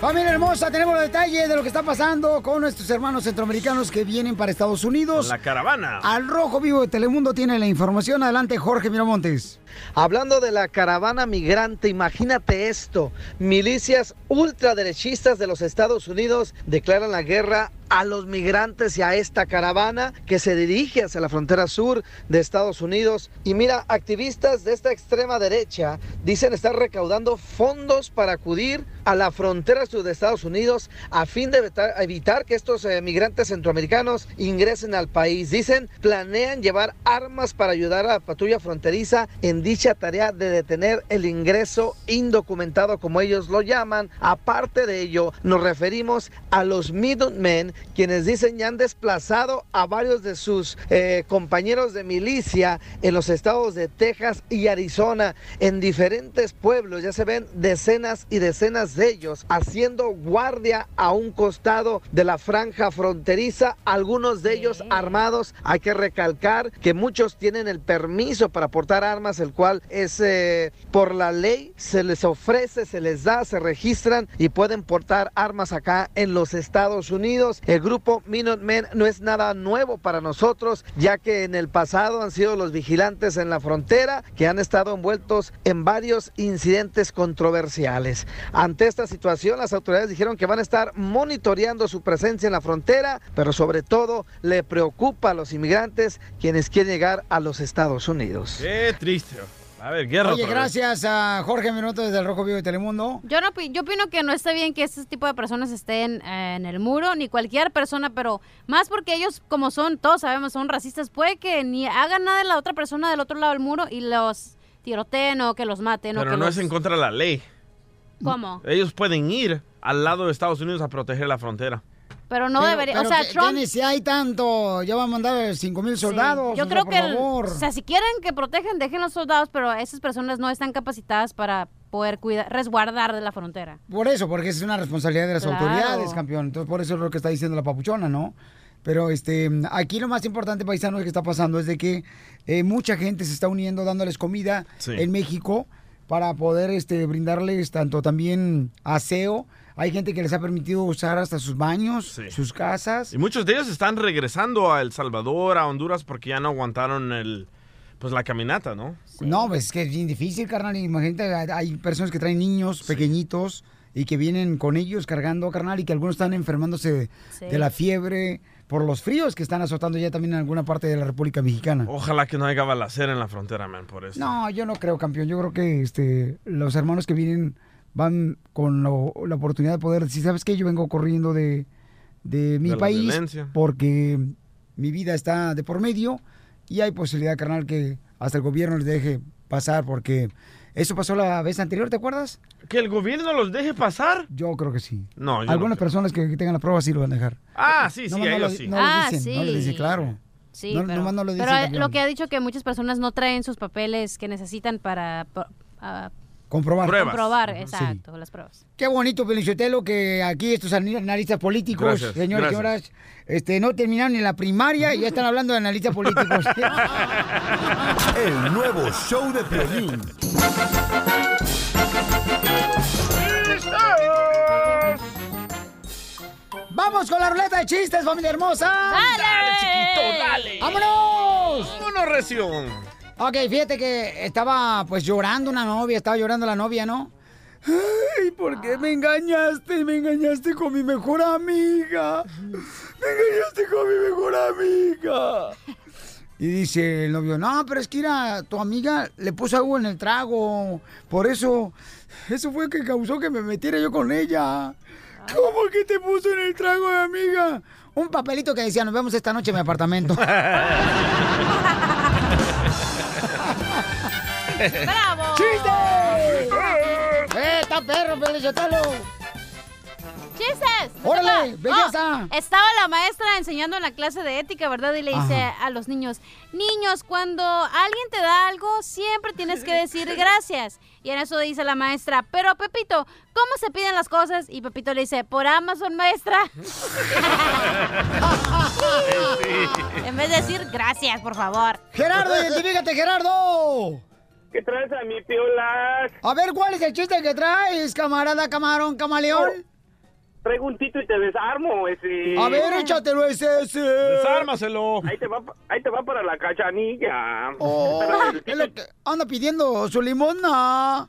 Speaker 1: Familia hermosa, tenemos los detalles de lo que está pasando con nuestros hermanos centroamericanos que vienen para Estados Unidos.
Speaker 2: La caravana.
Speaker 1: Al Rojo Vivo de Telemundo tiene la información. Adelante, Jorge Miramontes.
Speaker 21: Hablando de la caravana migrante, imagínate esto. Milicias ultraderechistas de los Estados Unidos declaran la guerra a los migrantes y a esta caravana que se dirige hacia la frontera sur de Estados Unidos. Y mira, activistas de esta extrema derecha dicen estar recaudando fondos para acudir a la frontera sur de Estados Unidos a fin de evitar, evitar que estos eh, migrantes centroamericanos ingresen al país. Dicen, planean llevar armas para ayudar a la patrulla fronteriza en dicha tarea de detener el ingreso indocumentado, como ellos lo llaman. Aparte de ello, nos referimos a los middlemen, quienes dicen ya han desplazado a varios de sus eh, compañeros de milicia en los estados de Texas y Arizona, en diferentes pueblos. Ya se ven decenas y decenas de ellos haciendo guardia a un costado de la franja fronteriza, algunos de ellos armados. Hay que recalcar que muchos tienen el permiso para portar armas, el cual es eh, por la ley, se les ofrece, se les da, se registran y pueden portar armas acá en los Estados Unidos. El grupo Minutemen no es nada nuevo para nosotros, ya que en el pasado han sido los vigilantes en la frontera que han estado envueltos en varios incidentes controversiales. Ante esta situación, las autoridades dijeron que van a estar monitoreando su presencia en la frontera, pero sobre todo le preocupa a los inmigrantes quienes quieren llegar a los Estados Unidos.
Speaker 2: Qué triste. A ver, guerra.
Speaker 1: Oye,
Speaker 2: otra vez.
Speaker 1: gracias a Jorge Minuto desde el Rojo Vivo de Telemundo.
Speaker 9: Yo, no, opi- yo opino que no está bien que este tipo de personas estén eh, en el muro, ni cualquier persona, pero más porque ellos, como son, todos sabemos, son racistas, puede que ni hagan nada de la otra persona del otro lado del muro y los tiroteen o que los maten. o
Speaker 2: Pero
Speaker 9: que
Speaker 2: no
Speaker 9: los-
Speaker 2: es en contra de la ley.
Speaker 9: ¿Cómo?
Speaker 2: Ellos pueden ir al lado de Estados Unidos a proteger la frontera.
Speaker 9: Pero no
Speaker 1: Pero-
Speaker 9: debería,
Speaker 1: pero
Speaker 9: o sea,
Speaker 1: ¿qué-
Speaker 9: Trump...
Speaker 1: qué necesidad hay tanto? Ya va a mandar 5 mil soldados.
Speaker 9: Yo
Speaker 1: o sea,
Speaker 9: creo
Speaker 1: por
Speaker 9: que, el-
Speaker 1: favor.
Speaker 9: o sea, si quieren que protejan, dejen los soldados, pero esas personas no están capacitadas para poder cuidar, resguardar de la frontera.
Speaker 1: Por eso, porque esa es una responsabilidad de las
Speaker 9: Claro.
Speaker 1: autoridades, campeón. Entonces, por eso es lo que está diciendo la papuchona, ¿no? Pero este, aquí lo más importante, paisanos, que está pasando es de que eh, mucha gente se está uniendo dándoles comida
Speaker 22: Sí.
Speaker 1: en México para poder este, brindarles tanto también aseo. Hay gente que les ha permitido usar hasta sus baños, sus casas.
Speaker 2: Y muchos de ellos están regresando a El Salvador, a Honduras, porque ya no aguantaron el, pues, la caminata, ¿no?
Speaker 1: No, pues es que es bien difícil, carnal. Imagínate, hay- hay personas que traen niños pequeñitos y que vienen con ellos cargando, carnal, y que algunos están enfermándose de-
Speaker 2: Sí.
Speaker 1: de la fiebre por los fríos que están azotando ya también en alguna parte de la República Mexicana.
Speaker 2: Ojalá que no haya balacera en la frontera, man, por eso.
Speaker 1: No, yo no creo, campeón. Yo creo que este, los hermanos que vienen van con lo- la oportunidad de poder decir, ¿sabes qué? Yo vengo corriendo de, de mi
Speaker 2: De la
Speaker 1: país
Speaker 2: violencia.
Speaker 1: porque mi vida está de por medio y hay posibilidad, carnal, que hasta el gobierno les deje pasar porque eso pasó la vez anterior, ¿te acuerdas?
Speaker 2: ¿Que el gobierno los deje pasar?
Speaker 1: Yo creo que sí.
Speaker 2: No, yo no
Speaker 1: Algunas personas que, que tengan la prueba sí lo van a dejar.
Speaker 2: Ah, sí, sí,
Speaker 1: Nomás
Speaker 2: a
Speaker 1: no,
Speaker 2: ellos
Speaker 1: lo,
Speaker 2: sí.
Speaker 1: no lo
Speaker 9: Ah,
Speaker 1: dicen, no lo
Speaker 9: sí.
Speaker 1: dicen, claro.
Speaker 9: Sí,
Speaker 1: No-
Speaker 9: pero,
Speaker 1: nomás no lo dicen,
Speaker 9: pero, eh,
Speaker 1: campeón.
Speaker 9: lo que ha dicho que muchas personas no traen sus papeles que necesitan para pa- ah,
Speaker 1: Comprobar.
Speaker 2: Pruebas.
Speaker 9: Comprobar,
Speaker 2: Ujú.
Speaker 9: exacto, las pruebas.
Speaker 1: Qué bonito, Pelichotelo, que aquí estos ani- analistas políticos,
Speaker 4: Gracias,
Speaker 1: señores y
Speaker 4: gracias.
Speaker 1: señoras, este, no terminaron ni la primaria y ya están hablando de analistas políticos.
Speaker 8: El nuevo show de Piolín.
Speaker 1: ¡Vamos con la ruleta de chistes, familia hermosa!
Speaker 4: ¡Dale! Dale, chiquito, dale.
Speaker 1: ¡Vámonos!
Speaker 2: ¡Vámonos, recio!
Speaker 1: Ok, fíjate que estaba pues llorando una novia, estaba llorando la novia, ¿no? Ay, ¿por qué me engañaste? Me engañaste con mi mejor amiga. Me engañaste con mi mejor amiga. Y dice el novio, no, pero es que era tu amiga le puso algo en el trago. Por eso, eso fue que causó que me metiera yo con ella. ¿Cómo que te puso en el trago, amiga? Un papelito que decía, nos vemos esta noche en mi apartamento.
Speaker 9: ¡Bravo!
Speaker 1: ¡Chiste! ¡Eh, está perro, Pelichotelo!
Speaker 9: ¡Chistes!
Speaker 1: ¡Órale,
Speaker 9: Oh,
Speaker 1: belleza!
Speaker 9: estaba la maestra enseñando en la clase de ética, ¿verdad? Y le dice a los niños, niños, cuando alguien te da algo, siempre tienes que decir gracias. Y en eso dice la maestra, pero Pepito, ¿cómo se piden las cosas? Y Pepito le dice, por Amazon, maestra. en vez de decir gracias, por favor.
Speaker 1: ¡Gerardo, identifícate, Gerardo!
Speaker 22: ¿Qué traes a mi piolas?
Speaker 1: A ver, ¿cuál es el chiste que traes, camarada, camarón, camaleón?
Speaker 22: Traigo un tito y te desarmo, ese.
Speaker 1: A ver, échatelo ese, ese.
Speaker 2: Desármaselo.
Speaker 22: Ahí te va, pa- ahí te va para la cachanilla.
Speaker 1: Oh, es lo que anda pidiendo su limona.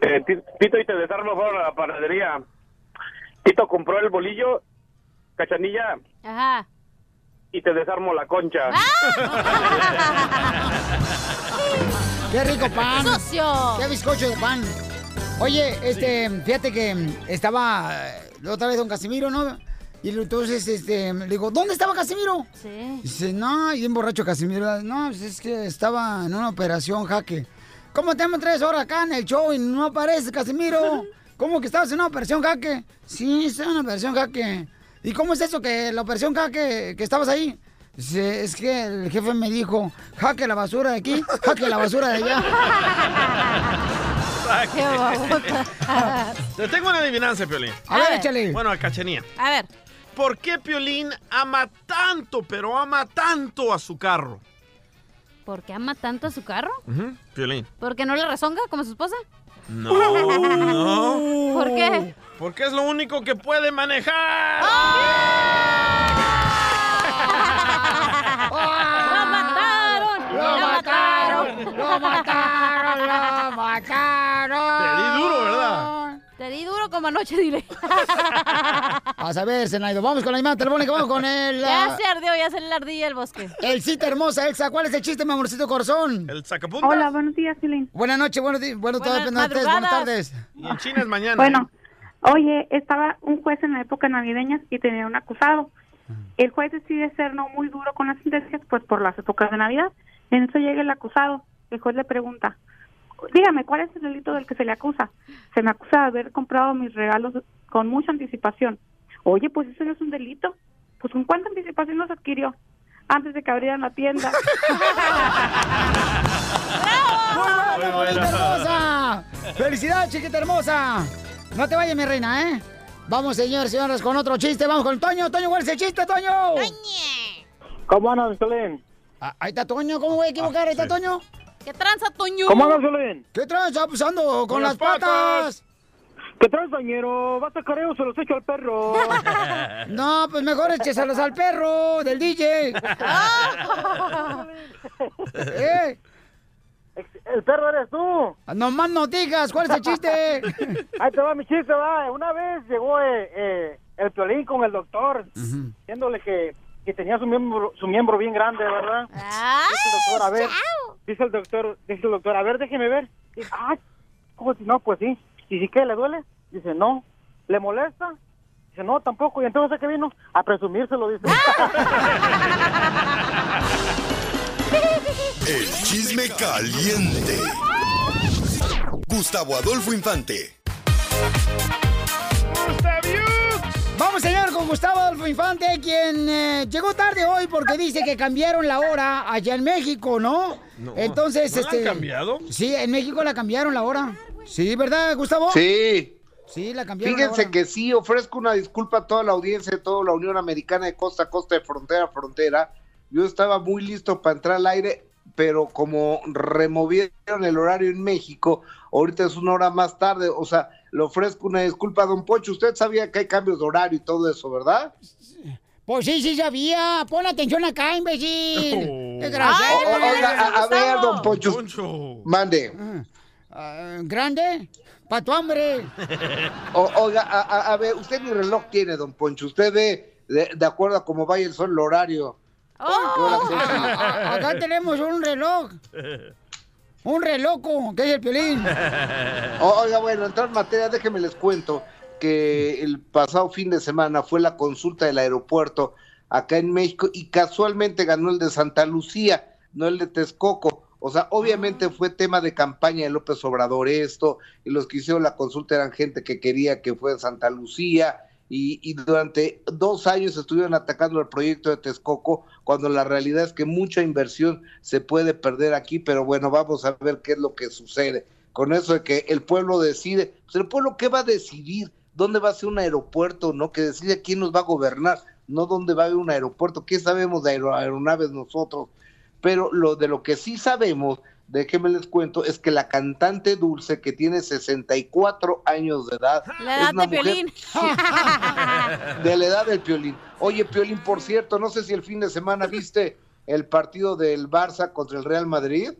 Speaker 22: Eh, ti- tito y te desarmo fueron a la panadería. Tito compró el bolillo, cachanilla,
Speaker 9: Ajá.
Speaker 22: y te desarmo la concha.
Speaker 1: ¡Qué rico pan!
Speaker 9: ¡Socio!
Speaker 1: ¡Qué bizcocho de pan! Oye, este, fíjate que estaba eh, otra vez don Casimiro, ¿no? Y lo- entonces, este, le digo, ¿dónde estaba Casimiro?
Speaker 9: Sí.
Speaker 1: Dice, no, y un borracho Casimiro, no, pues es que estaba en una operación jaque. ¿Cómo tenemos tres horas acá en el show y no aparece Casimiro? ¿Cómo que estabas en una operación jaque? Sí, estaba en una operación jaque. ¿Y cómo es eso que la operación jaque, que estabas ahí? Dice, es que el jefe me dijo, jaque la basura de aquí, jaque la basura de allá.
Speaker 9: Qué babota.
Speaker 2: Te tengo una adivinanza, Piolín.
Speaker 9: A ver, A ver. échale.
Speaker 2: Bueno, a Cachanía.
Speaker 9: A ver.
Speaker 2: ¿Por qué Piolín ama tanto, pero ama tanto a su carro?
Speaker 9: ¿Por qué ama tanto a su carro?
Speaker 2: Ujú, Piolín.
Speaker 9: ¿Por qué no le rezonga como su esposa?
Speaker 2: No, no.
Speaker 9: ¿Por qué? Ah.
Speaker 2: Porque es lo único que puede manejar.
Speaker 9: ¡Lo mataron!
Speaker 4: ¡Lo
Speaker 1: mataron! ¡Lo mataron! ¡Lo mataron!
Speaker 2: Te di duro, ¿verdad?
Speaker 9: Te di duro como anoche, dile.
Speaker 1: A saber, Zenaido, vamos con la llamada telefónica, vamos con el...
Speaker 9: Ya
Speaker 1: ah,
Speaker 9: se ardió, ya se le ardilla el bosque.
Speaker 1: El cita hermosa, Elsa, ¿cuál es el chiste, mi amorcito corazón?
Speaker 2: El sacapuntas.
Speaker 1: Hola,
Speaker 19: buenos días, Filín.
Speaker 1: Buenas noches, buenos días, buenos
Speaker 9: Buenas
Speaker 1: tardes, buenas tardes.
Speaker 9: madrugadas.
Speaker 2: Y en China es mañana.
Speaker 19: Bueno, oye, estaba un juez en la época navideña y tenía un acusado. El juez decide ser no muy duro con las sentencias, pues por las épocas de Navidad. En eso llega el acusado. El juez le pregunta, dígame, ¿cuál es el delito del que se le acusa? Se me acusa de haber comprado mis regalos con mucha anticipación. Oye, pues eso no es un delito. Pues con cuánta anticipación los adquirió antes de que abrieran la tienda.
Speaker 1: ¡Muy buena, bonita, hermosa! ¡Felicidades, chiquita hermosa! No te vayas, mi reina, ¿eh? Vamos, señores, señoras, con otro chiste. Vamos con Toño. Toño, ¿cuál es el chiste, Toño?
Speaker 22: ¿Cómo andas, Solín?
Speaker 1: Ah, ahí está Toño. ¿Cómo voy a equivocar?
Speaker 2: Ah,
Speaker 1: Ahí está Toño.
Speaker 9: ¿Qué tranza, Toño?
Speaker 22: ¿Cómo andas, Solín?
Speaker 1: ¿Qué tranza? Pues ando con
Speaker 22: Con
Speaker 1: las
Speaker 22: las
Speaker 1: patas.
Speaker 22: ¿Qué traes, bañero? Basta careo, se los echo al perro.
Speaker 1: No, pues mejor écheselos al perro del DJ. ¿Eh?
Speaker 22: El perro eres tú.
Speaker 1: Nomás no digas, ¿cuál es el chiste?
Speaker 22: Ahí te va mi chiste, va. Una vez llegó eh, eh, el piolín con el doctor, diciéndole que, que tenía su miembro, su miembro bien grande, ¿verdad? Dice el doctor, a ver, dice el doctor, dice el doctor, a ver, déjeme ver. Dice, ah, ¿cómo si no? Pues sí. ¿Y si qué? ¿Le duele? Dice, no. ¿Le molesta? Dice, no, tampoco. ¿Y entonces a qué vino? A presumírselo, dice.
Speaker 19: Ah.
Speaker 8: El chisme caliente. Gustavo Adolfo Infante.
Speaker 1: Vamos, señor, con Gustavo Adolfo Infante, quien eh, llegó tarde hoy porque dice que cambiaron la hora allá en México, ¿no? Entonces,
Speaker 2: ¿No la han
Speaker 1: este.
Speaker 2: cambiado?
Speaker 1: Sí, en México la cambiaron la hora. Sí, ¿verdad, Gustavo?
Speaker 23: Sí.
Speaker 1: Sí, la cambiaron. la
Speaker 23: Fíjense
Speaker 1: hora.
Speaker 23: que sí, ofrezco una disculpa a toda la audiencia de toda la Unión Americana de costa a costa, de frontera a frontera. Yo estaba muy listo para entrar al aire, pero como removieron el horario en México, ahorita es una hora más tarde. O sea, le ofrezco una disculpa a Don Pocho. Usted sabía que hay cambios de horario y todo eso, ¿verdad?
Speaker 1: Pues sí, sí sabía. Pon atención acá, imbécil.
Speaker 23: O-
Speaker 1: Desgraciado.
Speaker 23: o- oiga, a, a ver, Don Pocho. Mande.
Speaker 1: Ah, Grande, pa' tu hambre.
Speaker 23: O- oiga, a, a- a ver, usted ni reloj tiene, don Poncho. Usted ve de, de acuerdo a cómo vaya el sol el horario.
Speaker 1: Oh, a- a- acá tenemos un reloj, un reloco, que es el piolín.
Speaker 23: O- oiga, bueno, entrar en materia, déjenme les cuento que el pasado fin de semana fue la consulta del aeropuerto acá en México y casualmente ganó el de Santa Lucía, no el de Texcoco. O sea, obviamente fue tema de campaña de López Obrador esto, y los que hicieron la consulta eran gente que quería que fuera Santa Lucía, y, y durante dos años estuvieron atacando el proyecto de Texcoco, cuando la realidad es que mucha inversión se puede perder aquí, pero bueno, vamos a ver qué es lo que sucede. Con eso de que el pueblo decide, pues el pueblo qué va a decidir, dónde va a ser un aeropuerto, ¿no? Que decide quién nos va a gobernar, no dónde va a haber un aeropuerto, qué sabemos de aero- aeronaves nosotros. Pero lo de lo que sí sabemos, déjenme les cuento, es que la cantante Dulce, que tiene 64 años de edad,
Speaker 9: La
Speaker 23: es
Speaker 9: edad de
Speaker 23: una mujer
Speaker 9: Piolín.
Speaker 23: de la edad del Piolín. Oye, Piolín, por cierto, no sé si el fin de semana viste el partido del Barça contra el Real Madrid.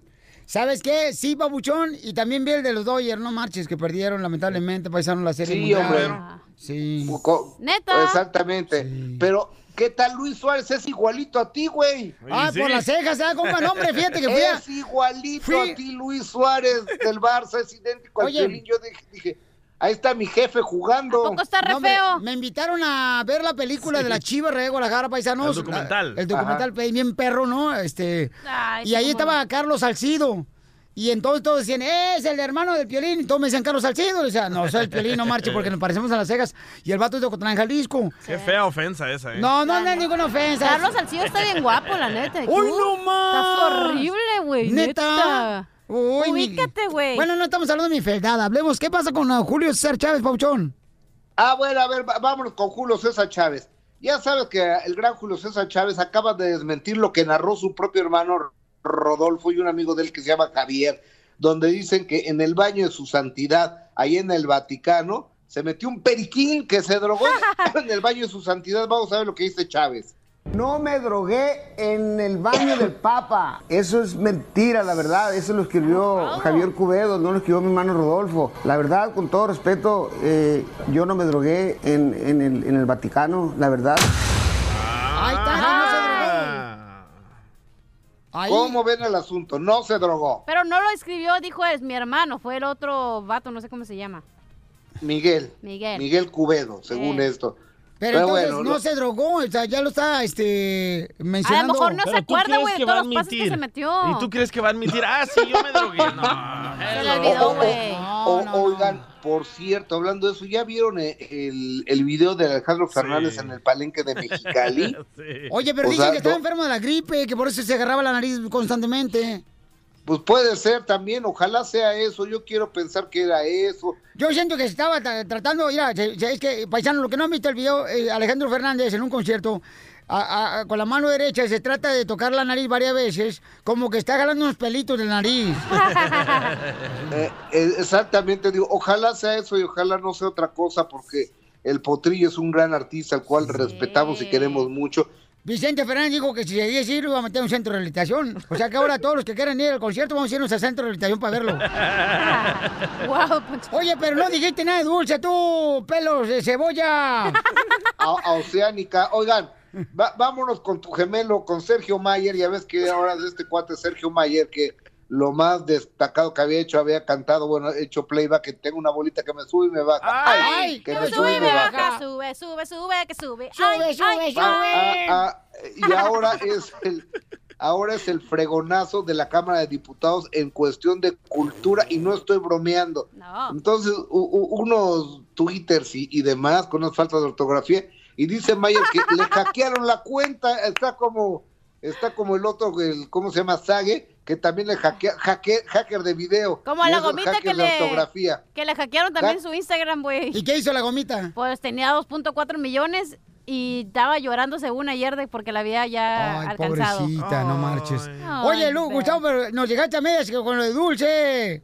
Speaker 1: ¿Sabes qué? Sí, papuchón, y también vi el de los Dodgers, no marches, que perdieron, lamentablemente, pasaron la serie
Speaker 23: Sí,
Speaker 1: mundial.
Speaker 23: hombre.
Speaker 1: Sí.
Speaker 23: Co-
Speaker 9: Neta.
Speaker 23: Exactamente. Pero, ¿qué tal Luis Suárez? Es igualito a ti, güey.
Speaker 1: Ah, por las cejas, ¿eh, compa? No, hombre, fíjate que fui a-
Speaker 23: Es igualito
Speaker 1: fui-
Speaker 23: a ti, Luis Suárez del Barça, es idéntico
Speaker 1: Oye.
Speaker 23: al Piolín. Yo dije, dije, ahí está mi jefe jugando.
Speaker 1: No, hombre, Me, invitaron a ver la película
Speaker 23: Sí.
Speaker 1: de la Chiva Rey de Guadalajara, paisanos.
Speaker 23: El documental.
Speaker 1: La- el documental, pues, bien perro, ¿no? Este.
Speaker 9: Ay,
Speaker 1: y ahí
Speaker 9: sí, cómo
Speaker 1: estaba Carlos Salcido. Y entonces todos decían, es el hermano del Piolín. Y todos me decían, Carlos Salcido. Y decía, no, soy el Piolín, no marche porque nos parecemos a las cegas. Y el vato es de Ocotlán, Jalisco.
Speaker 2: Qué fea ofensa esa, ¿eh?
Speaker 1: No, no, no es ninguna ofensa.
Speaker 9: Carlos Salcido está bien guapo, la neta. ¿y tú?
Speaker 1: ¡Uy, no más!
Speaker 9: Estás horrible, güey. Neta.
Speaker 1: Uy, mi-
Speaker 9: Ubícate, güey.
Speaker 1: Bueno, no estamos hablando de mi fealdad. Hablemos, ¿qué pasa con uh, Julio César Chávez, Pauchón?
Speaker 23: Ah, bueno, a ver, va- vámonos con Julio César Chávez. Ya sabes que el gran Julio César Chávez acaba de desmentir lo que narró su propio hermano Rodolfo y un amigo de él que se llama Javier, donde dicen que en el baño de su santidad, ahí en el Vaticano, se metió un periquín que se drogó en el baño de su santidad. Vamos a ver lo que dice Chávez.
Speaker 24: No me drogué en el baño del Papa. Eso es mentira, la verdad. Eso lo escribió Javier Cubedo, no lo escribió mi hermano Rodolfo. La verdad, con todo respeto, eh, yo no me drogué en, en el, en el Vaticano, la verdad.
Speaker 1: Ahí está,
Speaker 9: Ahí.
Speaker 23: Ah. ¿Cómo ven el asunto? No se drogó.
Speaker 9: Pero no lo escribió, dijo, es mi hermano. Fue el otro vato, no sé cómo se llama.
Speaker 23: Miguel.
Speaker 9: Miguel.
Speaker 23: Miguel Cubedo, según
Speaker 9: Eh.
Speaker 23: esto.
Speaker 1: Pero, entonces no
Speaker 23: lo-
Speaker 1: se drogó, o sea, ya lo está este, mencionando.
Speaker 9: mejor no se Pero tú acuerda, crees güey, de que va todos a los pasos que
Speaker 2: admitir?
Speaker 9: se metió.
Speaker 2: ¿Y tú crees que va a admitir? Ah, sí, yo me drogué. No,
Speaker 9: Se
Speaker 2: hello.
Speaker 9: le olvidó,
Speaker 23: O-
Speaker 9: güey.
Speaker 23: o- Oigan, por cierto, hablando de eso, ¿ya vieron e- el, el video de Alejandro Fernández en el palenque de Mexicali?
Speaker 1: Oye, pero
Speaker 23: O
Speaker 1: dicen
Speaker 23: sea,
Speaker 1: que estaba
Speaker 23: no-
Speaker 1: enfermo de la gripe, que por eso se agarraba la nariz constantemente.
Speaker 23: Pues puede ser también, ojalá sea eso, yo quiero pensar que era eso.
Speaker 1: Yo siento que estaba tra- tratando, mira, se- se- es que, paisano, lo que no han visto el video, eh, Alejandro Fernández en un concierto, a- a- a- con la mano derecha se trata de tocar la nariz varias veces, como que está jalando unos pelitos de la nariz.
Speaker 23: Eh, eh, exactamente, digo, ojalá sea eso y ojalá no sea otra cosa, porque el Potrillo es un gran artista al cual respetamos y queremos mucho.
Speaker 1: Vicente Fernández dijo que si se diez ir iba a meter un centro de rehabilitación. O sea que ahora todos los que quieran ir al concierto vamos a irnos al centro de rehabilitación para verlo.
Speaker 9: pues.
Speaker 1: Oye, pero no dijiste nada de dulce, tú, pelos de cebolla.
Speaker 23: a, a Oceánica. Oigan, va- vámonos con tu gemelo, con Sergio Mayer. Ya ves que ahora de este cuate Sergio Mayer, que lo más destacado que había hecho, había cantado, bueno, hecho playback, que tengo una bolita que me sube y me baja.
Speaker 9: Ay,
Speaker 23: que
Speaker 9: que
Speaker 23: me
Speaker 9: sube, y me baja. Sube, sube, sube, que sube. Sube,
Speaker 1: sube,
Speaker 23: Ah, ah, ah, y ahora es el ahora es el fregonazo de la Cámara de Diputados en cuestión de cultura y no estoy bromeando. Entonces, u- u- unos twitters y, y demás con unas faltas de ortografía y dice Mayer que le hackearon la cuenta, está como está como el otro el cómo se llama Sage que también es hackea- hacke- hacker de video.
Speaker 9: Como
Speaker 23: y
Speaker 9: la
Speaker 23: esos
Speaker 9: gomita que
Speaker 23: hackers de ortografía.
Speaker 9: le, que le hackearon también
Speaker 23: ¿Ah?
Speaker 9: su Instagram, güey.
Speaker 1: ¿Y qué hizo la gomita?
Speaker 9: Pues tenía 2.4 millones y estaba llorando según ayer de porque la había ya
Speaker 1: Ay,
Speaker 9: Ah, alcanzado.
Speaker 1: pobrecita, no marches.
Speaker 9: Ay,
Speaker 1: Oye, Lu,
Speaker 9: feo.
Speaker 1: Gustavo, pero nos llegaste a medias con lo de dulce.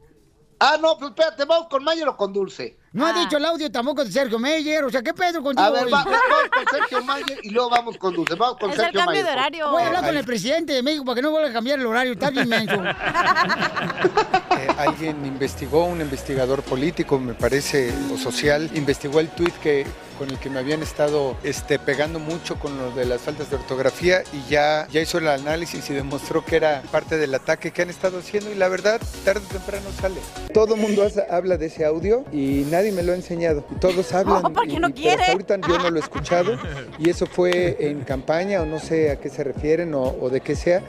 Speaker 23: Ah, no, pues espérate, vamos con Mayer o con dulce.
Speaker 1: No
Speaker 9: Ah.
Speaker 1: ha dicho el audio tampoco de Sergio Meyer, o sea, ¿qué pedo contigo?
Speaker 23: A ver,
Speaker 1: hoy?
Speaker 23: va- vamos con Sergio Mayer y luego vamos con Dulce. Vamos con Sergio Mayer.
Speaker 1: Voy a hablar con el presidente de México para que no vuelva a cambiar el horario, está bien menso.
Speaker 25: Eh, alguien investigó, un investigador político, me parece, o social, investigó el tuit que, con el que me habían estado este, pegando mucho con lo de las faltas de ortografía y ya, ya hizo el análisis y demostró que era parte del ataque que han estado haciendo y la verdad, tarde o temprano sale. Todo el mundo hace- habla de ese audio y nadie me lo ha enseñado. Y todos hablan.
Speaker 9: Oh, ¿por qué
Speaker 25: y-
Speaker 9: no
Speaker 25: y- pero
Speaker 9: quiere?
Speaker 25: hasta ahorita yo no lo he escuchado y eso fue en campaña o no sé a qué se refieren o- o de qué sea.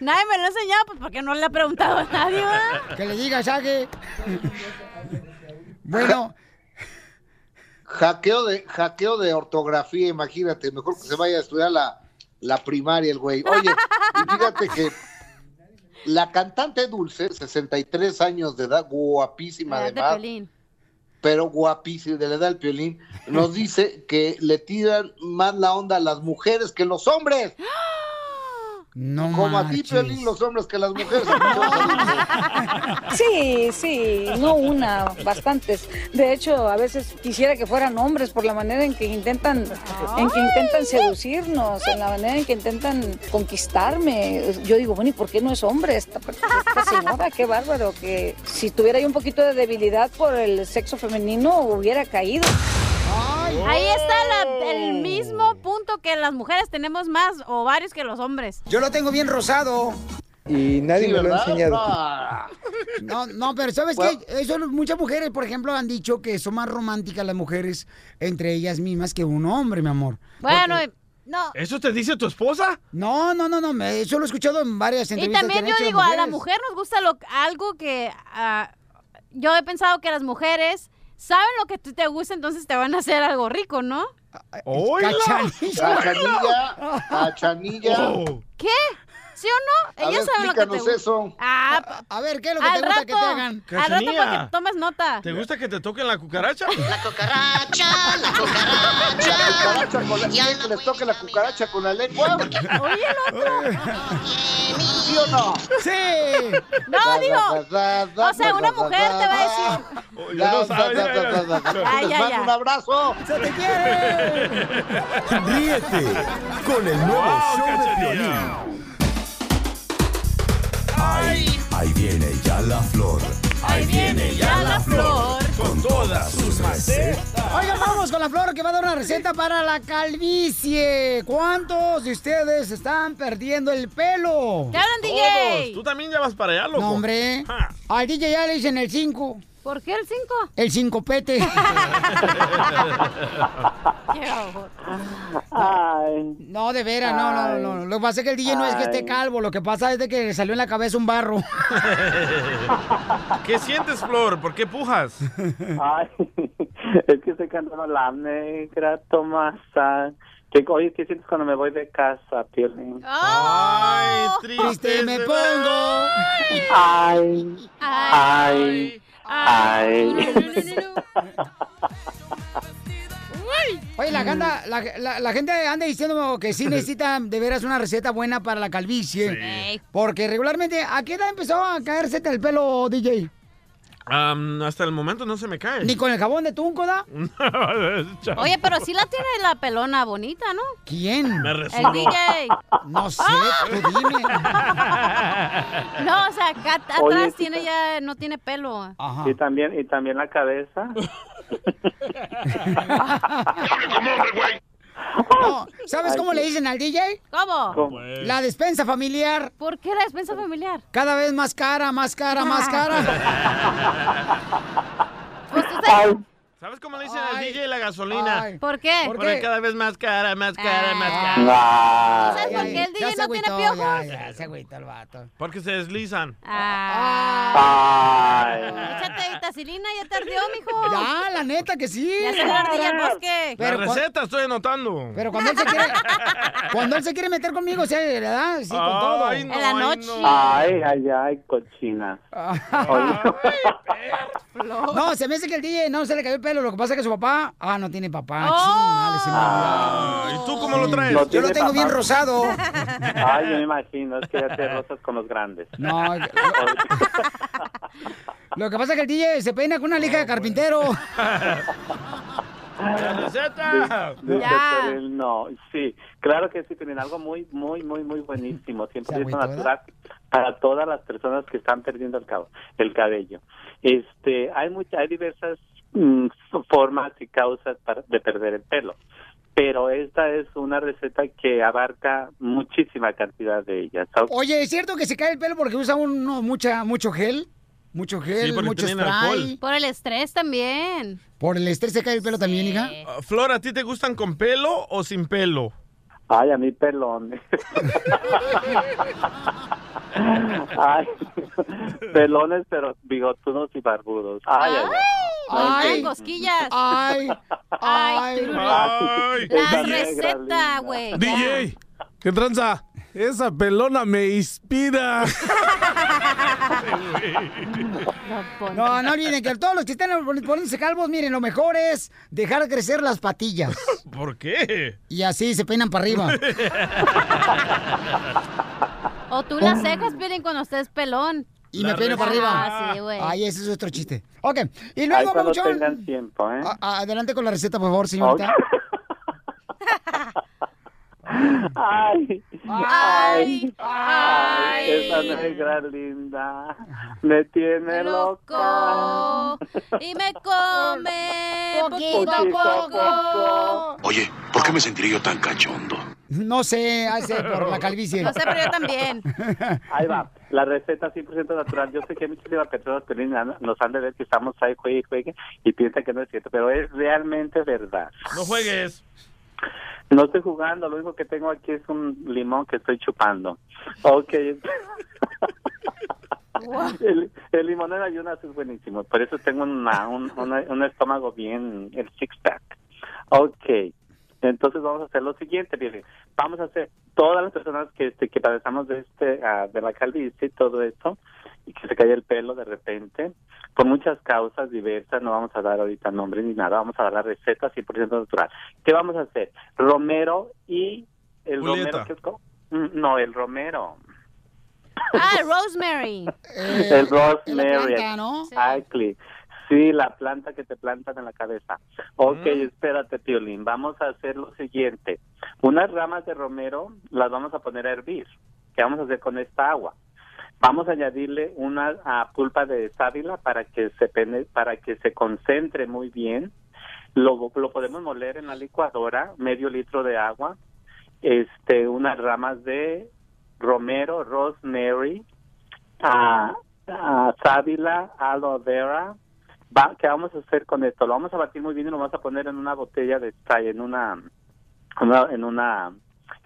Speaker 9: Nadie me lo ha enseñado, pues porque no le ha preguntado a nadie, ¿verdad?
Speaker 1: Que le diga, saque. Bueno.
Speaker 23: Hackeo de, hackeo de ortografía, imagínate. Mejor que se vaya a estudiar la, la primaria el güey. Oye, y fíjate que la cantante Dulce, 63 años de edad, guapísima
Speaker 9: Espérate,
Speaker 23: además.
Speaker 9: Piolín.
Speaker 23: pero guapísimo de la edad del piolín, nos dice que le tiran más la onda a las mujeres que los hombres.
Speaker 1: No
Speaker 23: Como a ti,
Speaker 1: marches.
Speaker 23: Piolín, los hombres que las mujeres.
Speaker 6: Sí, sí, no una, bastantes. De hecho, a veces quisiera que fueran hombres por la manera en que intentan, en que intentan seducirnos, en la manera en que intentan conquistarme. Yo digo, bueno, ¿y por qué no es hombre esta, esta señora? Qué bárbaro, que si tuviera yo un poquito de debilidad por el sexo femenino hubiera caído.
Speaker 9: Ahí está la- el mismo punto que las mujeres tenemos más ovarios que los hombres.
Speaker 1: Yo lo tengo bien rosado.
Speaker 25: Y nadie me lo ha enseñado.
Speaker 1: No, no, pero ¿sabes qué? Eso, muchas mujeres, por ejemplo, han dicho que son más románticas las mujeres entre ellas mismas que un hombre, mi amor.
Speaker 9: Bueno, no.
Speaker 1: ¿Eso te dice tu esposa? No, no, no, no. me- Eso lo he escuchado en varias
Speaker 9: Y
Speaker 1: entrevistas. que
Speaker 9: también
Speaker 1: han
Speaker 9: yo
Speaker 1: hecho las
Speaker 9: digo, a la
Speaker 1: mujeres.
Speaker 9: mujer nos gusta lo, algo que... ah, yo he pensado que las mujeres saben lo que tú te gusta, entonces te van a hacer algo rico, ¿no?
Speaker 23: ¡Oila!
Speaker 9: Cachanilla.
Speaker 23: ¡Cachanilla! ¡Cachanilla!
Speaker 9: Ah. ¿Qué? ¿Sí o
Speaker 23: A
Speaker 9: no? Ellas
Speaker 23: ver,
Speaker 9: saben lo que te
Speaker 23: explícanos
Speaker 9: gusta.
Speaker 23: eso.
Speaker 9: Ah,
Speaker 1: a ver, ¿qué es
Speaker 2: lo que te gusta que te
Speaker 9: Al
Speaker 2: hagan?
Speaker 9: rato
Speaker 2: Cachanilla.
Speaker 9: para que tomes nota.
Speaker 2: ¿Te gusta que te toquen la cucaracha?
Speaker 9: La cucaracha, la
Speaker 23: La cucaracha con la- ¿Quieren que les toque la cucaracha con la lengua?
Speaker 9: ¡Oye, el
Speaker 23: otro! ¿Sí o no?
Speaker 1: ¡Sí!
Speaker 9: No, digo, o sea, una mujer te va a decir... "Ah,
Speaker 23: Ya no sabes, ya, ya, ya.
Speaker 9: Ya, ya, ya.
Speaker 23: un abrazo.
Speaker 1: Se te quiere.
Speaker 8: Ríete con el nuevo show de Piolín. Ahí, ahí viene ya la flor. Ahí viene ya la flor. Con todas sus recetas.
Speaker 1: Oigan, vamos con la flor que va a dar una receta para la calvicie. ¿Cuántos de ustedes están perdiendo el pelo?
Speaker 9: ¿Qué hablan,
Speaker 2: Todos. Tú también ya vas para allá, loco.
Speaker 1: No, hombre. Al DJ ya le dicen el 5.
Speaker 9: ¿Por qué el 5?
Speaker 1: El 5 pete. No, de veras, no, no, no, no. Lo que pasa es que el DJ no es que esté
Speaker 2: Ay.
Speaker 1: calvo, lo que pasa es de que le salió en la cabeza un barro.
Speaker 2: ¿Qué sientes, Flor? ¿Por qué pujas?
Speaker 26: Ay, es que estoy cantando la negra Tomasa. Que, oye, ¿qué sientes cuando me voy de casa, Piolín?
Speaker 2: Ay,
Speaker 1: Triste me pongo.
Speaker 26: Ay, ay, ay.
Speaker 1: Oye, la, ganda- la, la- la gente anda diciendo que sí necesita de veras una receta buena para la calvicie. Porque regularmente, ¿a qué edad empezó a caerse el pelo, DJ?
Speaker 2: Am, hasta el momento no se me cae.
Speaker 1: ¿Ni con el jabón de tunco da?
Speaker 2: Chao.
Speaker 9: Oye, pero sí la tiene la pelona bonita, ¿no?
Speaker 1: ¿Quién?
Speaker 2: Me
Speaker 9: El
Speaker 2: resultó.
Speaker 9: DJ.
Speaker 1: No sé, tú dime.
Speaker 9: No, o sea, acá at- atrás
Speaker 26: Oye, sí
Speaker 9: tiene ya, no tiene pelo.
Speaker 26: Y también, y también la cabeza.
Speaker 1: No, ¿Sabes
Speaker 26: Ay,
Speaker 1: cómo
Speaker 26: sí.
Speaker 1: le dicen al DJ?
Speaker 9: ¿Cómo?
Speaker 26: ¿Cómo?
Speaker 2: Pues.
Speaker 1: La despensa familiar.
Speaker 9: ¿Por qué la despensa familiar? Ah.
Speaker 1: Cada vez más cara, más cara, más cara.
Speaker 9: Pues tú sabes,
Speaker 2: ¿Sabes cómo le dicen al DJ la gasolina?
Speaker 9: Ay. ¿Por qué? ¿Por
Speaker 2: Porque
Speaker 9: qué?
Speaker 2: cada vez más cara, más cara, más
Speaker 9: Ah.
Speaker 2: cara.
Speaker 9: ¿Sabes por qué el DJ no tiene
Speaker 1: agüitó,
Speaker 9: piojos?
Speaker 1: ya, ya, se agüitó el vato. Ah.
Speaker 2: Porque se deslizan.
Speaker 9: Ah. Échate vitacilina, ya te ardió, mijo.
Speaker 1: Ya, la neta que sí.
Speaker 9: Ya se le ardilla el bosque.
Speaker 2: La
Speaker 1: Pero cua-
Speaker 2: receta estoy anotando.
Speaker 1: Pero cuando él se quiere, cuando él se quiere meter conmigo, sí, ¿verdad? Sí, con todo.
Speaker 2: Ay, no, En la ay, noche. no.
Speaker 26: Ay, ay, ay, cochina.
Speaker 1: No, se me hace que el DJ no se le cayó el pelo. Lo que pasa es que su papá. Ah, no tiene papá.
Speaker 26: Oh.
Speaker 1: Sí, madre, se me
Speaker 26: ¿Y
Speaker 1: olvidó.
Speaker 26: tú cómo lo traes? Ah. No
Speaker 1: Yo lo
Speaker 26: tiene
Speaker 1: tengo
Speaker 26: papá.
Speaker 1: bien rosado.
Speaker 26: Ay, yo me imagino, es que ya te rozas con los grandes.
Speaker 1: No, Lo que pasa es que el DJ se peina con una lija de
Speaker 2: pues.
Speaker 1: carpintero.
Speaker 2: La receta.
Speaker 26: De- de-
Speaker 1: Ya.
Speaker 26: pero él no, sí, claro que sí, tienen algo muy, muy, muy, muy buenísimo, 100% natural para todas las personas que están perdiendo el, cabo, el cabello. Este, hay mucha, hay diversas mm, formas y causas para- de perder el pelo, pero esta es una receta que abarca muchísima cantidad de ellas.
Speaker 1: Oye, ¿es cierto que se cae el pelo porque usa uno mucha, mucho gel? Mucho gel, mucho spray.
Speaker 9: Por el estrés también.
Speaker 1: Por el estrés se cae el pelo también, hija.
Speaker 2: Ah, Flor, ¿a ti te gustan con pelo o sin pelo?
Speaker 26: Ay, a mí pelón. Ay, pelones, pero bigotudos y barbudos. Ay, ay, ay.
Speaker 9: Ay, cosquillas.
Speaker 1: Ay,
Speaker 9: ay,
Speaker 26: Ay.
Speaker 9: La
Speaker 26: Esa negra
Speaker 9: receta, güey.
Speaker 3: DJ, ¿qué tranza? Esa pelona me inspira.
Speaker 1: No, no olviden que todos los que están poniéndose calvos, miren, lo mejor es dejar crecer las patillas.
Speaker 2: ¿Por qué?
Speaker 1: Y así se peinan para arriba.
Speaker 9: O tú las cejas piden cuando estés pelón.
Speaker 1: Y me peino para arriba.
Speaker 9: Ah, sí, güey.
Speaker 1: Ay, ese es otro chiste. Ok, y
Speaker 26: Ay,
Speaker 1: luego,
Speaker 26: cuando
Speaker 1: Pabuchón,
Speaker 26: tengan tiempo, ¿eh?
Speaker 1: a- a- adelante con la receta, por favor, señorita.
Speaker 26: Ay, ay,
Speaker 9: ay,
Speaker 26: esa negra linda me tiene loca.
Speaker 9: Y me come poquito a poco.
Speaker 8: Oye, ¿por qué me sentiré yo tan cachondo?
Speaker 1: No sé, hace por la calvicie.
Speaker 9: No sé, pero yo también.
Speaker 26: Ahí va, la receta 100% natural. Yo sé que muchos libertadores pelín- nos han de ver que estamos ahí, juegue y juegue, y piensan que no es cierto, pero es realmente verdad.
Speaker 2: No juegues.
Speaker 26: No estoy jugando, lo único que tengo aquí es un limón que estoy chupando. Ok. el, el limón en ayunas es buenísimo, por eso tengo una- un, una- un estómago bien, el six-pack. Ok. Entonces vamos a hacer lo siguiente, Piolín. Vamos a hacer todas las personas que este, que padecemos de este ah, de la calvicie y todo esto y que se cae el pelo de repente por muchas causas diversas, no vamos a dar ahorita nombres ni nada, vamos a dar la receta 100% natural. ¿Qué vamos a hacer? Romero y el
Speaker 2: Julieta.
Speaker 26: romero que es co- Mm, no, el romero.
Speaker 9: Ah, Rosemary.
Speaker 1: Eh,
Speaker 26: el rosemary.
Speaker 9: planta, ¿no?
Speaker 26: Exactly. Sí, la planta que te plantan en la cabeza. Ok,
Speaker 9: Mm.
Speaker 26: espérate, Piolín. Vamos a hacer lo siguiente. Unas ramas de romero las vamos a poner a hervir. ¿Qué vamos a hacer con esta agua? Vamos a añadirle una ah, pulpa de sábila para que se pene- para que se concentre muy bien. Lo, lo podemos moler en la licuadora, medio litro de agua, este, unas ramas de romero, rosemary, ah, ah, sábila, aloe vera. Va- ¿Qué vamos a hacer con esto? Lo vamos a batir muy bien y lo vamos a poner en una botella de spray, en una, una- en una,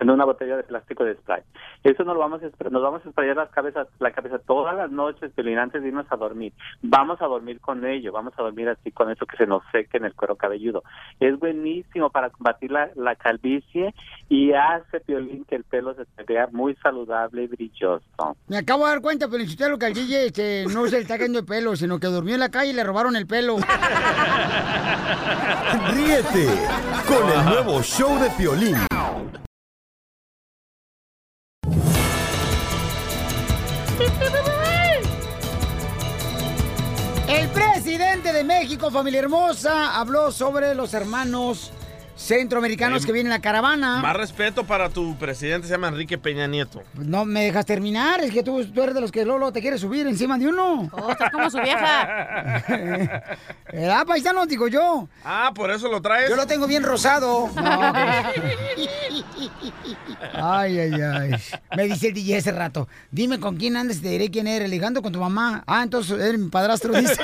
Speaker 26: en una botella de plástico de spray. Eso nos lo vamos a, spray- nos vamos a sprayar las cabezas, la cabeza todas las noches, Piolín, antes de irnos a dormir. Vamos a dormir con ello, vamos a dormir así con eso que se nos seque en el cuero cabelludo. Es buenísimo para combatir la, la calvicie y hace, Piolín, que el pelo se te vea muy saludable y brilloso.
Speaker 1: Me acabo de dar cuenta, pero lo que al DJ este, no se le está cayendo el pelo, sino que durmió en la calle y le robaron el pelo.
Speaker 8: Ríete con el nuevo show de Piolín.
Speaker 1: El presidente de México, familia hermosa, habló sobre los hermanos centroamericanos
Speaker 2: Em,
Speaker 1: que vienen en la caravana.
Speaker 2: Más respeto para tu presidente, se llama Enrique Peña Nieto.
Speaker 1: No me dejas terminar, es que tú, tú eres de los que Lolo te quiere subir encima de uno.
Speaker 9: estás Oh, como su vieja.
Speaker 1: ¿Verdad, paisano? Digo yo.
Speaker 2: Ah, por eso lo traes.
Speaker 1: Yo lo tengo bien rosado. No. Ay, ay, ay. Me dice el DJ hace rato. Dime con quién andas y te diré quién eres. Ligando con tu mamá. Ah, entonces eres mi padrastro, dice.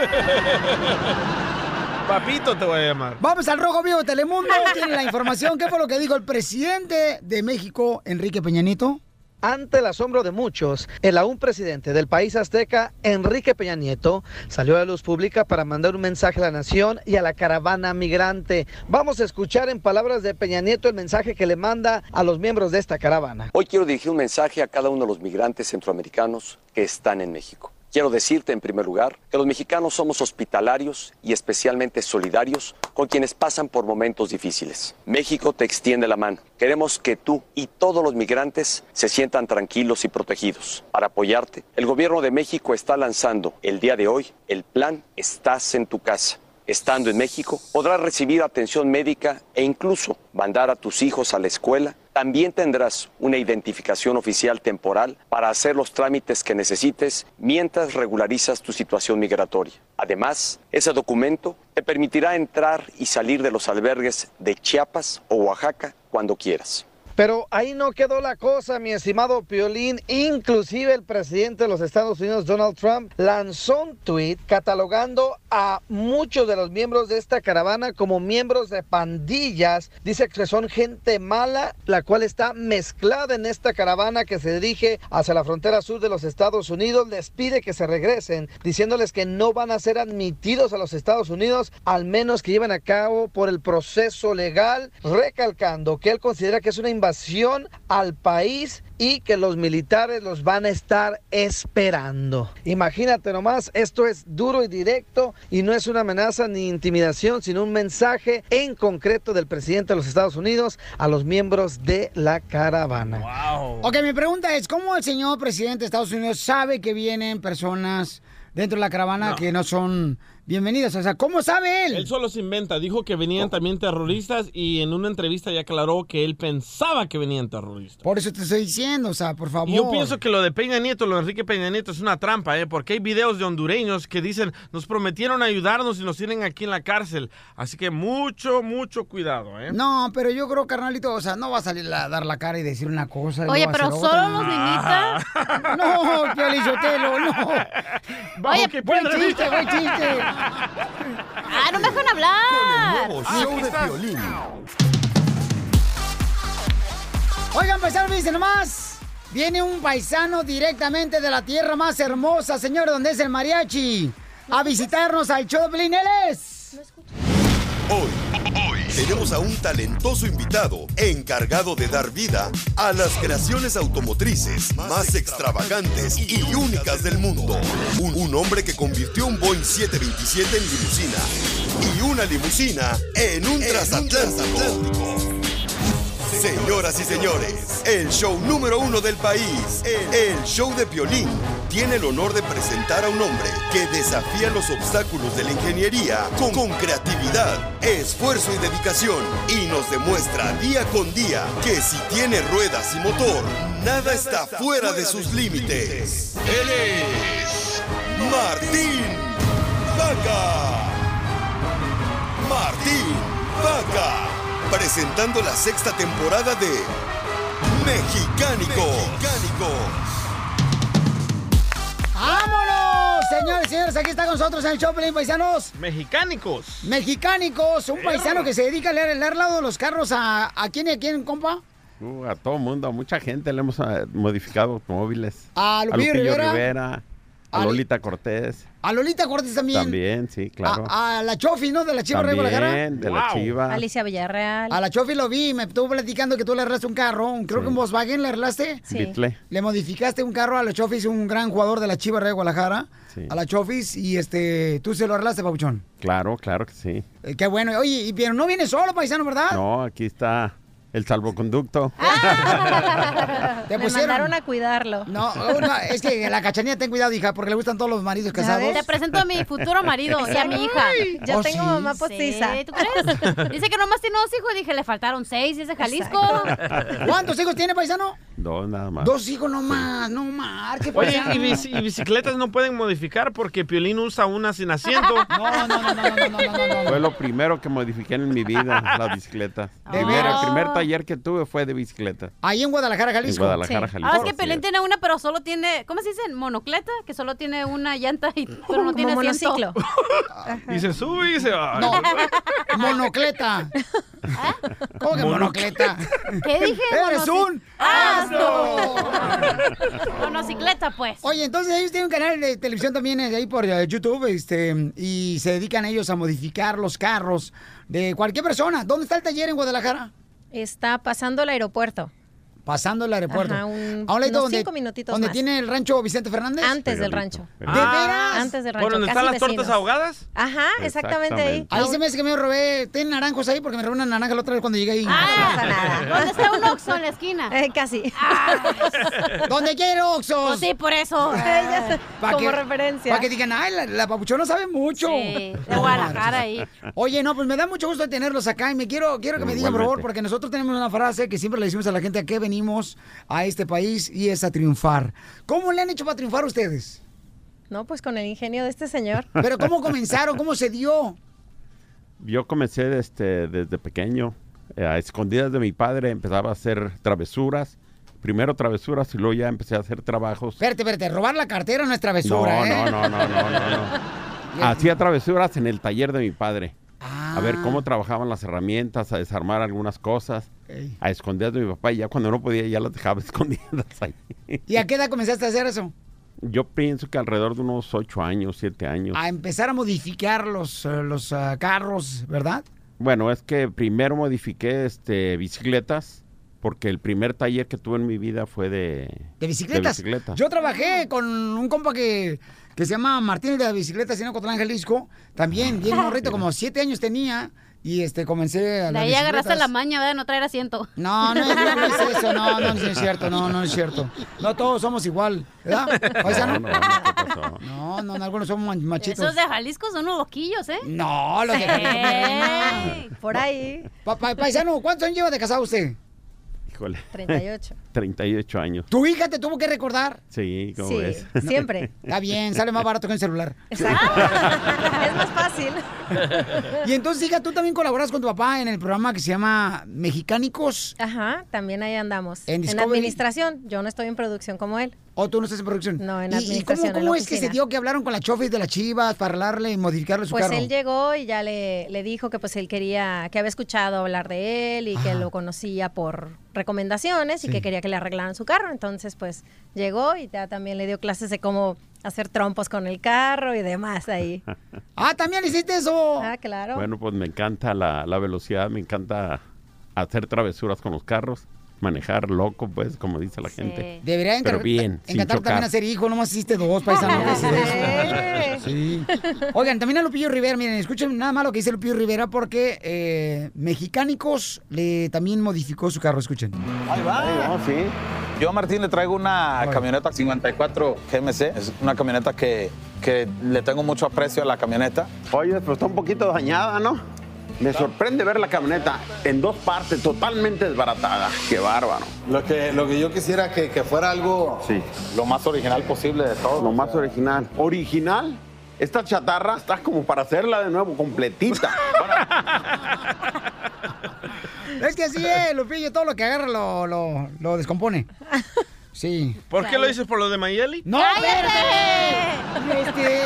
Speaker 2: Papito te voy a llamar.
Speaker 1: Vamos al Rojo Vivo de Telemundo. Tienen la información. ¿Qué fue lo que dijo el presidente de México, Enrique Peñanito?
Speaker 21: Ante el asombro de muchos, el aún presidente del país azteca, Enrique Peña Nieto, salió a la luz pública para mandar un mensaje a la nación y a la caravana migrante. Vamos a escuchar en palabras de Peña Nieto el mensaje que le manda a los miembros de esta caravana.
Speaker 27: Hoy quiero dirigir un mensaje a cada uno de los migrantes centroamericanos que están en México. Quiero decirte en primer lugar que los mexicanos somos hospitalarios y especialmente solidarios con quienes pasan por momentos difíciles. México te extiende la mano. Queremos que tú y todos los migrantes se sientan tranquilos y protegidos. Para apoyarte, el gobierno de México está lanzando el día de hoy el plan Estás en tu casa. Estando en México, podrás recibir atención médica e incluso mandar a tus hijos a la escuela también tendrás una identificación oficial temporal para hacer los trámites que necesites mientras regularizas tu situación migratoria. Además, ese documento te permitirá entrar y salir de los albergues de Chiapas o Oaxaca cuando quieras.
Speaker 21: Pero ahí no quedó la cosa, mi estimado Piolín. Inclusive el presidente de los Estados Unidos, Donald Trump, lanzó un tuit catalogando a muchos de los miembros de esta caravana como miembros de pandillas. Dice que son gente mala, la cual está mezclada en esta caravana que se dirige hacia la frontera sur de los Estados Unidos. Les pide que se regresen, diciéndoles que no van a ser admitidos a los Estados Unidos, al menos que lleven a cabo por el proceso legal, recalcando que él considera que es una invasión al país y que los militares los van a estar esperando. Imagínate nomás, esto es duro y directo y no es una amenaza ni intimidación, sino un mensaje en concreto del presidente de los Estados Unidos a los miembros de la caravana.
Speaker 1: Ok, mi pregunta es, ¿cómo el señor presidente de Estados Unidos sabe que vienen personas dentro de la caravana
Speaker 2: No.
Speaker 1: que no son bienvenidas? O sea, ¿cómo sabe él?
Speaker 2: Él solo se inventa. Dijo que venían también terroristas y en una entrevista ya aclaró que él pensaba que venían terroristas.
Speaker 1: Por eso te estoy diciendo, o sea, por favor.
Speaker 2: Y yo pienso que lo de Peña Nieto, lo de Enrique Peña Nieto es una trampa, ¿eh? Porque hay videos de hondureños que dicen, nos prometieron ayudarnos y nos tienen aquí en la cárcel. Así que mucho, mucho cuidado, ¿eh?
Speaker 1: No, pero yo creo, carnalito, o sea, no va a salir a dar la cara y decir una cosa. y
Speaker 9: Oye,
Speaker 1: luego
Speaker 9: pero
Speaker 1: hacer
Speaker 9: solo
Speaker 1: otra.
Speaker 9: los invita.
Speaker 1: No, Piolín Sotelo, no.
Speaker 9: Oye,
Speaker 1: Oye, buen chiste, buen chiste.
Speaker 9: Ah, no me dejan hablar.
Speaker 1: Ah,
Speaker 8: Nuevo show de Piolín.
Speaker 1: Oigan, paisanos, fíjense nomás. Viene un paisano directamente de la tierra más hermosa, señor, donde es el mariachi, a visitarnos al show de Piolín. Él es...
Speaker 8: Hoy, hoy tenemos a un talentoso invitado encargado de dar vida a las creaciones automotrices más extravagantes y únicas del mundo. Un, un hombre que convirtió un Boeing 727 en limusina y una limusina en un transatlántico. Señoras y señores, el show número uno del país, el, el show de Piolín, tiene el honor de presentar a un hombre que desafía los obstáculos de la ingeniería con, con creatividad, esfuerzo y dedicación y nos demuestra día con día que si tiene ruedas y motor, nada está fuera de sus límites. Él es Martín Vaca. Martín Vaca, presentando la sexta temporada de Mexicánico.
Speaker 1: ¡Vámonos! Señores, señores, aquí está con nosotros en el show de Piolín, paisanos.
Speaker 2: Mexicánicos.
Speaker 1: Mexicánicos, un paisano que se dedica a leer el lado de los carros a... ¿A quién y a quién, compa?
Speaker 13: Uh, a todo mundo, a mucha gente le hemos ah, modificado automóviles.
Speaker 1: A Lupillo Rivera.
Speaker 13: Rivera, a
Speaker 1: Al-
Speaker 13: Lolita Cortés.
Speaker 1: A Lolita Cortés también.
Speaker 13: También, sí, claro.
Speaker 1: A, a la Chofi, ¿no? De la Chiva
Speaker 13: También,
Speaker 1: Guadalajara.
Speaker 13: de la Wow. Chiva.
Speaker 9: Alicia Villarreal.
Speaker 1: A la Chofi lo vi, me estuvo platicando que tú le arreglaste un carro, un- creo que un Volkswagen le arreglaste.
Speaker 13: Sí. Beetle.
Speaker 1: Le modificaste un carro a la Chofis, un gran jugador de la Chiva de Guadalajara.
Speaker 13: Sí.
Speaker 1: A la Chofis, y este, tú se lo arreglaste, Pabuchón.
Speaker 13: Claro, claro que sí.
Speaker 1: Eh, qué bueno. Oye, y- pero no viene solo, paisano, ¿verdad?
Speaker 13: No, aquí está el salvoconducto.
Speaker 1: Ah. Te
Speaker 9: Me mandaron a cuidarlo.
Speaker 1: No, oh, no, es que la cachanilla ten cuidado, hija, porque le gustan todos los maridos casados.
Speaker 9: Te presento a mi futuro marido y a mi hija.
Speaker 1: Ay, ya Oh, tengo sí. mamá postiza.
Speaker 9: Sí, ¿tú crees? Dice que nomás tiene dos hijos. Dije, le faltaron seis y es de Jalisco.
Speaker 1: ¿Cuántos hijos tiene, paisano?
Speaker 13: Dos nada más.
Speaker 1: Dos hijos nomás, no más. ¿qué
Speaker 2: Oye,
Speaker 1: pasa?
Speaker 2: y, bici- y bicicletas no pueden modificar porque Piolín usa una sin asiento.
Speaker 1: No, no, no, no, no, no, no, no.
Speaker 13: Fue lo primero que modifiqué en mi vida, la bicicleta.
Speaker 1: Ah.
Speaker 9: ¿De
Speaker 13: El
Speaker 9: veras?
Speaker 13: primer taller que tuve fue de bicicleta.
Speaker 1: Ahí en Guadalajara,
Speaker 13: En
Speaker 1: Jalisco.
Speaker 13: Guadalajara, Jalisco.
Speaker 9: Ah, es que Pelín tiene una, pero solo tiene, ¿cómo se dice? Monocleta, que solo tiene una llanta, y, pero no tiene asiento.
Speaker 2: Y se sube y se va.
Speaker 9: No.
Speaker 1: Monocleta. ¿Cómo que monocleta?
Speaker 9: ¿Eh? ¿Qué dije?
Speaker 1: ¡Eres
Speaker 9: Monoci-
Speaker 1: un
Speaker 9: asno! Monocicleta, pues.
Speaker 1: Oye, entonces ellos tienen un canal de televisión también eh, ahí por eh, YouTube, este, y se dedican ellos a modificar los carros de cualquier persona. ¿Dónde está el taller en Guadalajara?
Speaker 14: Está pasando el aeropuerto.
Speaker 1: Pasando el aeropuerto.
Speaker 14: Ajá, un-
Speaker 1: A un ladito
Speaker 14: unos cinco minutitos
Speaker 1: donde
Speaker 14: más.
Speaker 1: tiene el rancho Vicente Fernández.
Speaker 14: Antes del rancho.
Speaker 1: ¿De
Speaker 14: Ah,
Speaker 1: veras?
Speaker 14: Antes del rancho. casi vecinos. Ajá, exactamente, ahí.
Speaker 1: Ahí se me hace que me robé. Tienen naranjos ahí porque me robé una naranja la otra vez cuando llegué ahí.
Speaker 14: Ah,
Speaker 9: ¿Dónde está un Oxxo en la esquina?
Speaker 14: Eh, casi.
Speaker 1: ¿Dónde quiero Oxxo?
Speaker 9: Pues sí, por eso.
Speaker 1: Pa'
Speaker 14: como
Speaker 1: que-
Speaker 14: referencia.
Speaker 1: Para que digan, ay, la, la papuchona sabe mucho.
Speaker 14: Sí,
Speaker 9: de Guadalajara ahí.
Speaker 1: Oye, no, pues me da mucho gusto tenerlos acá y me quiero, quiero que me digan, por favor,
Speaker 14: Igualmente.
Speaker 1: porque nosotros tenemos una frase que siempre le decimos a la gente a qué venimos a este país y es a triunfar. ¿Cómo le han hecho para triunfar ustedes?
Speaker 14: No, pues con el ingenio de este señor.
Speaker 1: Pero ¿cómo comenzaron? ¿Cómo se dio?
Speaker 13: Yo comencé desde, desde pequeño, eh, a escondidas de mi padre, empezaba a hacer travesuras. Primero travesuras y luego ya empecé a hacer trabajos.
Speaker 1: Espérate, espérate, robar la cartera no es travesura,
Speaker 13: no,
Speaker 1: ¿eh?
Speaker 13: no, no, no, no, no, no. Hacía travesuras en el taller de mi padre. A
Speaker 1: Ah.
Speaker 13: ver cómo trabajaban las herramientas, a desarmar algunas cosas,
Speaker 1: Ey.
Speaker 13: a escondidas de mi papá. Y ya cuando no podía, ya las dejaba escondidas ahí.
Speaker 1: ¿Y a qué edad comenzaste a hacer eso?
Speaker 13: Yo pienso que alrededor de unos ocho años, siete años.
Speaker 1: A empezar a modificar los, eh, los ah, carros, ¿verdad?
Speaker 13: Bueno, es que primero modifiqué este bicicletas porque el primer taller que tuve en mi vida fue de
Speaker 1: ¿De bicicletas?
Speaker 13: de bicicleta.
Speaker 1: Yo trabajé con un compa que, que se llama Martín de las bicicletas en Ocotlán, Jalisco. También, bien morrito, como siete años tenía. Y este, comencé a
Speaker 9: Ah. De
Speaker 1: las
Speaker 9: ahí agarraste
Speaker 1: bicicletas.
Speaker 9: la maña, ¿verdad? No traer asiento.
Speaker 1: No, no, no, no es eso, no, no, no es cierto, no, no es cierto. No todos somos igual, ¿verdad? Paisano.
Speaker 13: No, no, ¿qué pasó?
Speaker 1: No, no, algunos somos man- machitos.
Speaker 9: Esos de Jalisco son unos boquillos, ¿eh?
Speaker 1: No, los de
Speaker 9: Ey,
Speaker 14: Por ahí.
Speaker 1: Pa- pa- paisano, ¿cuántos años lleva de casado usted?
Speaker 13: Híjole.
Speaker 14: 38.
Speaker 13: 38 años.
Speaker 1: Tu hija te tuvo que recordar.
Speaker 13: Sí, ¿cómo ves?
Speaker 1: Está bien, sale más barato que el celular.
Speaker 14: Es más fácil.
Speaker 1: Y entonces, hija, tú también colaboras con tu papá en el programa que se llama Mexicánicos.
Speaker 14: Ajá, también ahí andamos.
Speaker 1: En
Speaker 14: En,
Speaker 1: Discovery.
Speaker 14: administración. Yo no estoy en producción como él.
Speaker 1: ¿O tú no estás en producción? No,
Speaker 14: en
Speaker 1: ¿Y- ¿Y, cómo,
Speaker 14: administración. en la
Speaker 1: cómo es que se
Speaker 14: oficina.
Speaker 1: dio que hablaron con la chofer de las chivas para hablarle y modificarle su
Speaker 14: Pues
Speaker 1: carro?
Speaker 14: él llegó y ya le, le dijo que pues él quería, que había escuchado hablar de él y que lo conocía por recomendaciones y
Speaker 1: Sí.
Speaker 14: que quería que le arreglaran su carro. Entonces pues llegó y ya también le dio clases de cómo hacer trompos con el carro y demás ahí.
Speaker 1: ah, también hiciste eso.
Speaker 14: Ah, claro.
Speaker 13: Bueno, pues me encanta la, la velocidad, me encanta hacer travesuras con los carros, manejar loco, pues, como dice la gente.
Speaker 1: Debería
Speaker 13: Pero
Speaker 1: encar-
Speaker 13: bien, sin
Speaker 1: encantar
Speaker 13: chocar.
Speaker 1: también a ser hijo, nomás hiciste dos paisanos. ¿qué es eso? Sí. Oigan, también a Lupillo Rivera, miren, escuchen nada más lo que dice Lupillo Rivera porque eh, Mexicánicos le también modificó su carro, escuchen.
Speaker 15: Ahí va. Yo a Martín le traigo una camioneta 54 GMC. Es una camioneta que, que le tengo mucho aprecio a la camioneta.
Speaker 13: Oye, pero está un poquito dañada, ¿no? Me sorprende ver la camioneta en dos partes, totalmente desbaratada. Qué bárbaro.
Speaker 15: Lo que, lo que yo quisiera que, que fuera algo lo más original posible de todo.
Speaker 13: Lo más original. ¿Original? Esta chatarra está como para hacerla de nuevo completita.
Speaker 1: Es que así es, Lupillo, todo lo que agarra lo, lo, lo descompone. Sí.
Speaker 2: ¿Por qué lo dices por lo de Mayeli?
Speaker 1: ¡No, espérate! Este,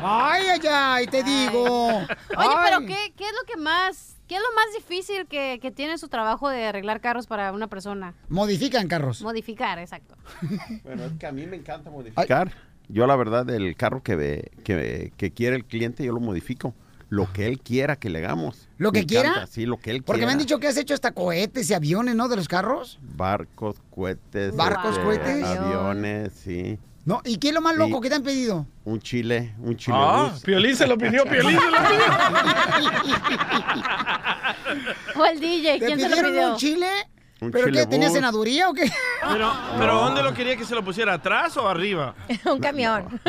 Speaker 1: ay, ay, ay, te digo.
Speaker 9: Oye, pero
Speaker 1: Ay.
Speaker 9: ¿qué, ¿qué es lo que más, qué es lo más difícil que, que tiene su trabajo de arreglar carros para una persona?
Speaker 1: Modifican carros.
Speaker 9: Modificar, exacto.
Speaker 13: Bueno, es que a mí me encanta modificar. Yo la verdad, el carro que, ve- que, que quiere el cliente, yo lo modifico. Lo que él quiera que le hagamos.
Speaker 1: ¿Lo que
Speaker 13: Me
Speaker 1: quiera?
Speaker 13: encanta, Sí, lo que él
Speaker 1: Porque
Speaker 13: quiera.
Speaker 1: me han dicho que has hecho hasta cohetes y aviones, ¿no? De los carros.
Speaker 13: Barcos, cohetes. este,
Speaker 1: ¿Barcos, cohetes?
Speaker 13: Aviones, sí.
Speaker 1: No, ¿y qué es lo más
Speaker 13: Sí.
Speaker 1: loco que te han pedido?
Speaker 13: Un chile, un chile.
Speaker 2: Ah, Piolín se lo pidió, Piolín se lo
Speaker 9: O el DJ,
Speaker 1: ¿Te
Speaker 9: ¿quién se lo
Speaker 1: pidieron
Speaker 9: pidió?
Speaker 1: un chile?
Speaker 13: Un
Speaker 1: ¿Pero
Speaker 13: chile
Speaker 1: qué? ¿Tenía
Speaker 13: bus.
Speaker 1: senaduría o qué?
Speaker 2: Pero, pero ¿dónde lo quería que se lo pusiera? ¿Atrás o arriba?
Speaker 14: un camión.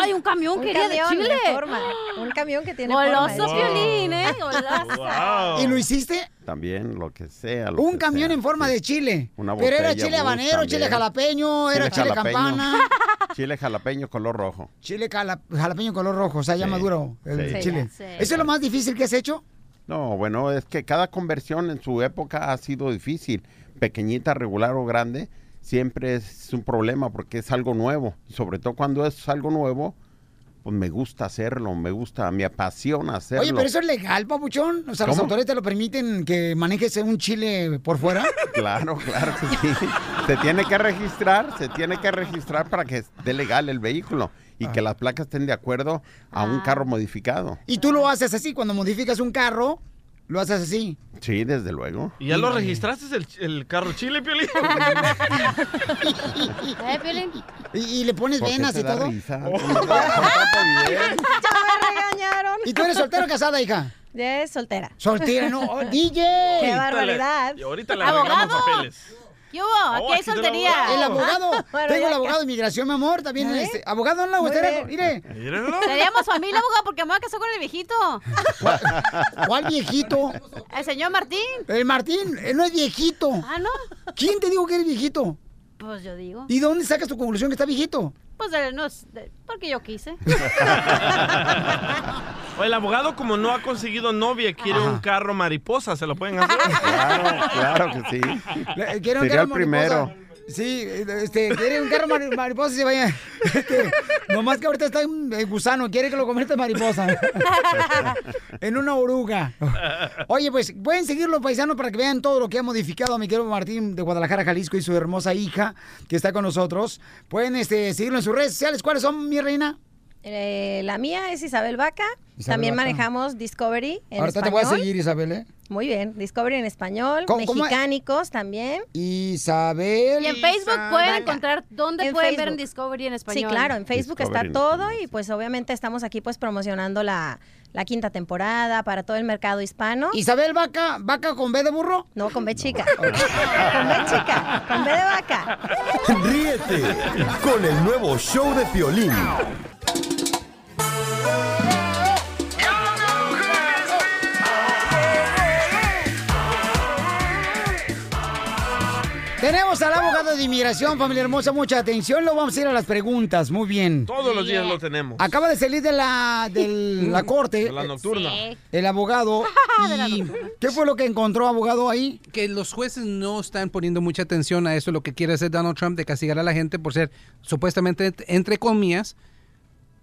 Speaker 9: Ay, un camión
Speaker 14: Un
Speaker 9: que quería
Speaker 14: camión
Speaker 9: de Chile.
Speaker 14: de forma. Un camión que tiene
Speaker 9: Goloso
Speaker 14: forma.
Speaker 9: violín, ¿eh? Goloso.
Speaker 1: ¿Y lo hiciste?
Speaker 13: También, lo que sea. lo
Speaker 1: Un
Speaker 13: que
Speaker 1: camión en forma de chile.
Speaker 13: Una
Speaker 1: Pero era
Speaker 13: botella
Speaker 1: chile
Speaker 13: bus
Speaker 1: habanero, chile
Speaker 13: también.
Speaker 1: jalapeño, era chile,
Speaker 13: jalapeño.
Speaker 1: campana.
Speaker 13: Chile jalapeño color rojo.
Speaker 1: Chile cala- jalapeño color rojo, o sea, ya
Speaker 13: Sí,
Speaker 1: maduro el
Speaker 13: sí.
Speaker 1: chile.
Speaker 13: Sí, ya sé.
Speaker 1: ¿Eso es lo más difícil que has hecho?
Speaker 13: No, bueno, es que cada conversión en su época ha sido difícil, pequeñita, regular o grande, siempre es un problema porque es algo nuevo. Y sobre todo cuando es algo nuevo, pues me gusta hacerlo, me gusta, me apasiona hacerlo.
Speaker 1: Oye, pero eso es legal, papuchón. O sea, las
Speaker 13: ¿Cómo?
Speaker 1: autoridades te lo permiten que manejes un chile por fuera.
Speaker 13: Claro, claro que sí. Se tiene que registrar, se tiene que registrar para que esté legal el vehículo y que las placas estén de acuerdo a un carro modificado.
Speaker 1: Ah. Y tú lo haces así, cuando modificas un carro, lo haces así.
Speaker 13: Sí, desde luego.
Speaker 2: ¿Y ya lo registraste el, el carro Chile, Piolín?
Speaker 9: ¿Eh, Piolín?
Speaker 1: Y, y le pones
Speaker 2: ¿Por qué
Speaker 1: venas
Speaker 2: te
Speaker 1: y
Speaker 2: da
Speaker 1: todo.
Speaker 13: risa?
Speaker 14: Ya me regañaron.
Speaker 1: ¿Y tú eres soltero o casada, hija?
Speaker 14: Ya es soltera.
Speaker 1: Soltera, no. Oh, DJ.
Speaker 14: Qué barbaridad.
Speaker 2: Y ahorita le arreglamos
Speaker 14: Abogado.
Speaker 2: papeles.
Speaker 9: ¿Qué hubo?
Speaker 2: Oh,
Speaker 9: Aquí hay
Speaker 2: aquí está el
Speaker 9: soltería.
Speaker 1: El abogado.
Speaker 9: Bueno,
Speaker 1: Tengo
Speaker 9: ya
Speaker 1: el
Speaker 9: que-
Speaker 1: abogado de inmigración, mi amor. También este. Abogado, no la
Speaker 9: Muy
Speaker 1: usted.
Speaker 9: bien.
Speaker 1: Mire.
Speaker 2: Míralo.
Speaker 9: Seríamos familia, abogado, porque me voy a casar con el viejito.
Speaker 1: ¿Cuál viejito?
Speaker 9: El señor Martín.
Speaker 1: El Martín, él no es viejito.
Speaker 9: Ah, ¿no?
Speaker 1: ¿Quién te dijo que eres viejito?
Speaker 9: Pues yo digo.
Speaker 1: ¿Y dónde sacas tu conclusión que está viejito?
Speaker 9: Pues eh, no, es- de- porque yo quise.
Speaker 2: O el abogado, como no ha conseguido novia, quiere un carro mariposa, ¿se lo pueden hacer?
Speaker 13: Claro, claro que sí.
Speaker 1: Eh, quiere un carro
Speaker 13: Sería el primero.
Speaker 1: mariposa. Sí, eh, este, quiere un carro mari- mariposa y se vaya. Este, nomás que ahorita está en eh, gusano, quiere que lo convierta en mariposa. en una oruga. Oye, pues pueden seguirlo, paisanos, para que vean todo lo que ha modificado mi querido Martín de Guadalajara, Jalisco y su hermosa hija que está con nosotros. Pueden este, seguirlo en sus redes sociales. ¿Cuáles son, mi reina?
Speaker 14: Eh, la mía es Isabel Vaca.
Speaker 1: Isabel
Speaker 14: También
Speaker 1: Vaca.
Speaker 14: manejamos Discovery en
Speaker 1: ahorita
Speaker 14: español.
Speaker 1: te voy a seguir, Isabel, ¿eh?
Speaker 14: Muy bien, Discovery en español,
Speaker 1: ¿Cómo- cómo es?
Speaker 14: mexicánicos también.
Speaker 1: Isabel.
Speaker 9: Y en Facebook pueden encontrar dónde
Speaker 14: En
Speaker 9: pueden ver en
Speaker 14: Facebook.
Speaker 9: Discovery en español.
Speaker 14: Sí, claro, en Facebook
Speaker 9: Discovery en
Speaker 14: está todo y pues obviamente estamos aquí pues promocionando la, la quinta temporada para todo el mercado hispano.
Speaker 1: Isabel Vaca, Vaca con B de burro.
Speaker 14: No, con B chica. con B chica, con B de vaca.
Speaker 8: Ríete con el nuevo show de Piolín.
Speaker 1: Tenemos al abogado de inmigración, familia hermosa, mucha atención. Lo vamos a ir a las preguntas, muy bien.
Speaker 2: Todos los
Speaker 9: eh.
Speaker 2: días lo tenemos.
Speaker 1: Acaba de salir de la, de la corte.
Speaker 2: Mm. De la nocturna.
Speaker 1: eh, El abogado. y- ¿Qué fue lo que encontró, abogado, ahí?
Speaker 16: Que los jueces no están poniendo mucha atención a eso, lo que quiere hacer Donald Trump de castigar a la gente por ser supuestamente, entre comillas,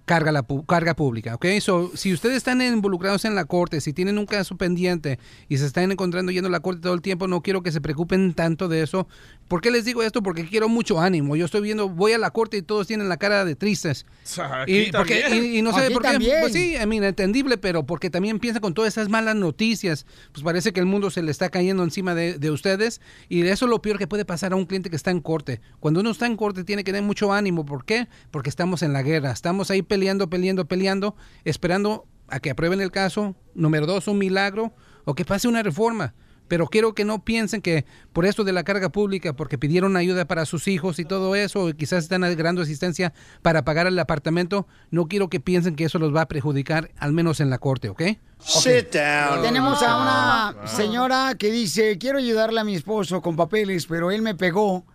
Speaker 16: carga, la pu- carga pública, ¿ok? So, si ustedes están involucrados en la corte, si tienen un caso pendiente y se están encontrando yendo a la corte todo el tiempo, no quiero que se preocupen tanto de eso. ¿Por qué les digo esto? Porque quiero mucho ánimo. Yo estoy viendo, voy a la corte y todos tienen la cara de tristes.
Speaker 2: Aquí
Speaker 16: Y, porque-
Speaker 2: también.
Speaker 16: y- y no sé
Speaker 2: Aquí
Speaker 16: por qué.
Speaker 2: también.
Speaker 16: Pues sí, a mí entendible, pero porque también piensa con todas esas malas noticias, pues parece que el mundo se le está cayendo encima de, de ustedes y eso es lo peor que puede pasar a un cliente que está en corte. Cuando uno está en corte tiene que tener mucho ánimo. ¿Por qué? Porque estamos en la guerra, estamos ahí peleando, peleando, peleando, esperando a que aprueben el caso, número dos, un milagro, o que pase una reforma. Pero quiero que no piensen que por esto de la carga pública, porque pidieron ayuda para sus hijos y todo eso, y quizás están agregando asistencia para pagar el apartamento, no quiero que piensen que eso los va a perjudicar, al menos en la corte, ¿ok?
Speaker 1: Sit
Speaker 16: down.
Speaker 1: Tenemos
Speaker 7: Ah,
Speaker 1: a
Speaker 17: Ah,
Speaker 1: una señora que dice, quiero ayudarle a mi esposo con papeles, pero él me pegó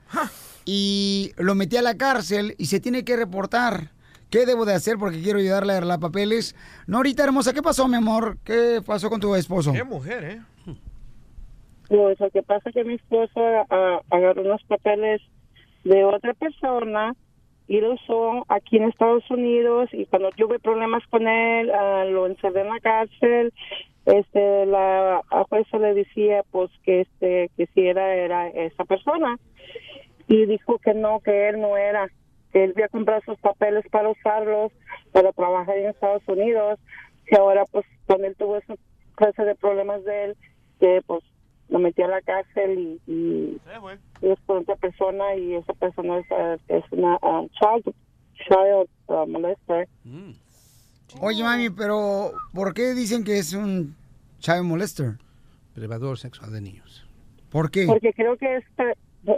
Speaker 1: y lo metí a la cárcel y se tiene que reportar. ¿Qué debo de hacer porque quiero ayudarle a arreglar papeles? Norita hermosa, ¿qué pasó, mi amor? ¿Qué pasó con tu esposo?
Speaker 2: Qué mujer, ¿eh?
Speaker 19: Pues lo que pasa es que mi esposo ah, agarró unos papeles de otra persona y lo usó aquí en Estados Unidos y cuando tuve problemas con él, ah, lo encerré en la cárcel. Este, la jueza le decía pues que este que si era era esa persona y dijo que no, que él no era, que él había comprado sus papeles para usarlos para trabajar en Estados Unidos, que ahora pues cuando él tuvo esa clase de problemas de él, que pues lo metió a la cárcel y, y- y es por otra persona y esa persona es, eh, es una ah, child, child ah, molester.
Speaker 1: Oye, mami, pero ¿por qué dicen que es un child molester?
Speaker 16: Privador sexual de niños.
Speaker 1: ¿Por qué?
Speaker 7: Porque creo que esta,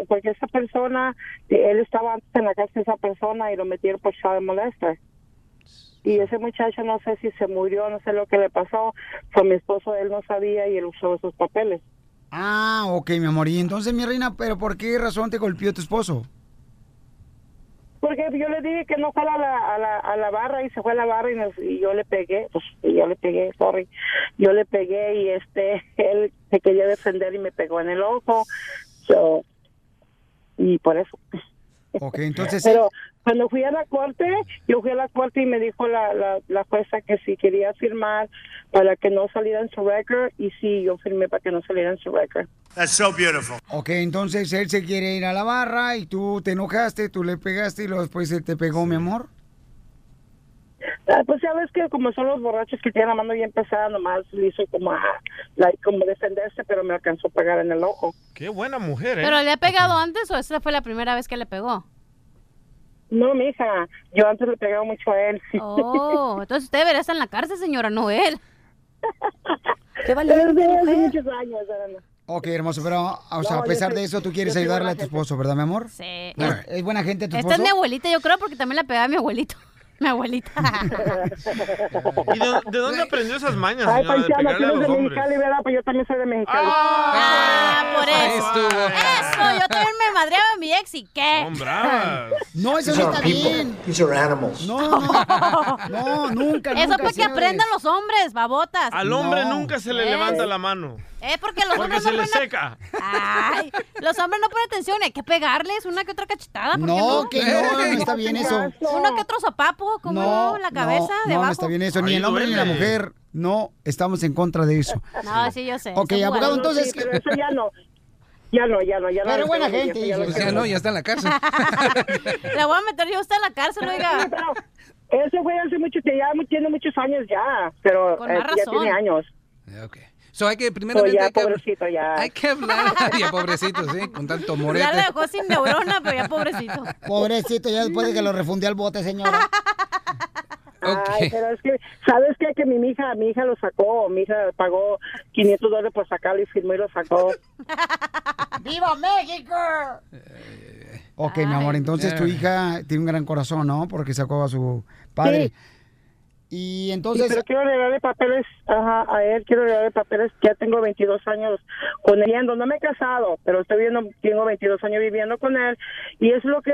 Speaker 7: porque esa persona, eh, él estaba antes en la casa de esa persona y lo metieron por child molester. Y ese muchacho no sé si se murió, no sé lo que le pasó, fue mi esposo, él no sabía y él usó esos papeles.
Speaker 1: Ah, ok, mi amor. Y entonces, mi reina, ¿pero por qué razón te golpeó tu esposo?
Speaker 7: Porque yo le dije que no fuera a la, a la, a la barra y se fue a la barra y, nos- y yo le pegué, pues y yo le pegué, sorry, yo le pegué y este, él se quería defender y me pegó en el ojo, So, y por eso.
Speaker 1: Ok, entonces...
Speaker 7: Pero cuando fui a la corte, yo fui a la corte y me dijo la, la, la jueza que si quería firmar para que no saliera en su record y sí, yo firmé para que no saliera en su record.
Speaker 1: That's so beautiful. Ok, entonces él se quiere ir a la barra y tú te enojaste, tú le pegaste y luego después él te pegó, mi amor.
Speaker 7: Ah, Pues ya ves que como son los borrachos que tienen la mano bien pesada, nomás le hizo como, ah, like, como defenderse, pero me alcanzó a pegar en el ojo.
Speaker 2: Qué buena mujer, ¿eh?
Speaker 9: ¿Pero le ha pegado antes o esta fue la primera vez que le pegó?
Speaker 7: No, mija, yo antes le pegaba mucho a él.
Speaker 9: Oh, entonces usted debería estar en la cárcel, señora, no él.
Speaker 7: Qué
Speaker 9: valiente
Speaker 7: Hace
Speaker 9: mujer.
Speaker 7: muchos años, Ana.
Speaker 1: Ok, hermoso, pero o sea,
Speaker 9: No,
Speaker 1: a
Speaker 9: yo
Speaker 1: pesar
Speaker 9: soy-
Speaker 1: de eso, tú
Speaker 9: yo
Speaker 1: quieres
Speaker 9: soy buena
Speaker 1: ayudarle a tu
Speaker 9: gente.
Speaker 1: esposo, ¿verdad, mi amor?
Speaker 9: Sí.
Speaker 1: Bueno, ¿Es buena gente tu
Speaker 9: Esta es
Speaker 1: esposo?
Speaker 9: mi abuelita, yo creo, porque también la pegaba mi abuelito. Mi abuelita.
Speaker 2: ¿Y de, de dónde aprendió esas mañas,
Speaker 7: Ay,
Speaker 2: señora, de
Speaker 7: paisano, tú
Speaker 2: pegarle a
Speaker 7: eres
Speaker 2: los
Speaker 7: de
Speaker 2: hombres?
Speaker 7: Mexicali, ¿verdad? Pues yo también soy de Mexicali.
Speaker 9: Ah,
Speaker 2: pues,
Speaker 9: por eso.
Speaker 1: Eh.
Speaker 9: Eso, yo también me madreaba a mi ex y qué.
Speaker 1: No, eso no está bien.
Speaker 20: These are animals.
Speaker 1: No, no. No, nunca,
Speaker 9: Eso
Speaker 1: nunca,
Speaker 9: para que
Speaker 1: señores.
Speaker 9: aprendan los hombres, babotas.
Speaker 2: Al hombre nunca se le levanta la mano.
Speaker 9: Es porque los
Speaker 2: Porque
Speaker 9: hombres
Speaker 2: se
Speaker 9: no
Speaker 2: le
Speaker 9: ponen...
Speaker 2: seca.
Speaker 9: Ay, los hombres no ponen atención, hay que pegarles una que otra cachetada. ¿por qué
Speaker 1: No, que no,
Speaker 7: Eh,
Speaker 1: no está bien eso.
Speaker 9: Uno que otro zapapo, como no, la cabeza,
Speaker 1: no,
Speaker 9: debajo.
Speaker 1: no está bien eso, ni
Speaker 9: Ay,
Speaker 1: el hombre ni la
Speaker 9: duele.
Speaker 1: mujer. No, estamos en contra de eso.
Speaker 9: No, sí, yo sé.
Speaker 1: Ok,
Speaker 9: son
Speaker 1: abogado,
Speaker 9: jugadores.
Speaker 1: entonces-
Speaker 7: Pero eso ya no. Ya no, ya no, ya no.
Speaker 9: Pero buena
Speaker 7: Ya no,
Speaker 9: gente,
Speaker 7: ya no,
Speaker 16: O
Speaker 7: ya
Speaker 16: sea,
Speaker 7: no.
Speaker 16: no, ya está en la cárcel.
Speaker 9: La voy a meter yo a usted en la cárcel, oiga.
Speaker 7: Ese güey hace mucho, que ya mu- tiene muchos años ya, pero
Speaker 9: Con más
Speaker 7: eh, ya
Speaker 9: razón.
Speaker 7: tiene años.
Speaker 16: So hay que,
Speaker 7: Pero
Speaker 16: primeramente,
Speaker 7: ya,
Speaker 16: hay que, hablar-
Speaker 7: pobrecito, ya.
Speaker 16: hay que hablar. Ya, pobrecito, sí, con tanto
Speaker 9: Ya le
Speaker 16: morete.
Speaker 9: dejó sin neurona, pero ya pobrecito.
Speaker 1: Pobrecito, ya después de que lo refundí al bote, señora.
Speaker 7: Ay, pero es que, ¿sabes qué? Que mi hija, mi hija lo sacó, mi hija pagó 500 dólares por sacarlo y firmó y lo sacó.
Speaker 1: ¡Viva México! Ok, mi amor, entonces tu
Speaker 7: Ay.
Speaker 1: hija tiene un gran corazón, ¿no? Porque sacó a su padre. Y entonces...
Speaker 7: Sí, pero quiero regalarle papeles ajá, a él, quiero regalarle papeles. Ya tengo 22 años con él, viviendo. no me he casado, pero estoy viviendo, tengo 22 años viviendo con él. Y es lo que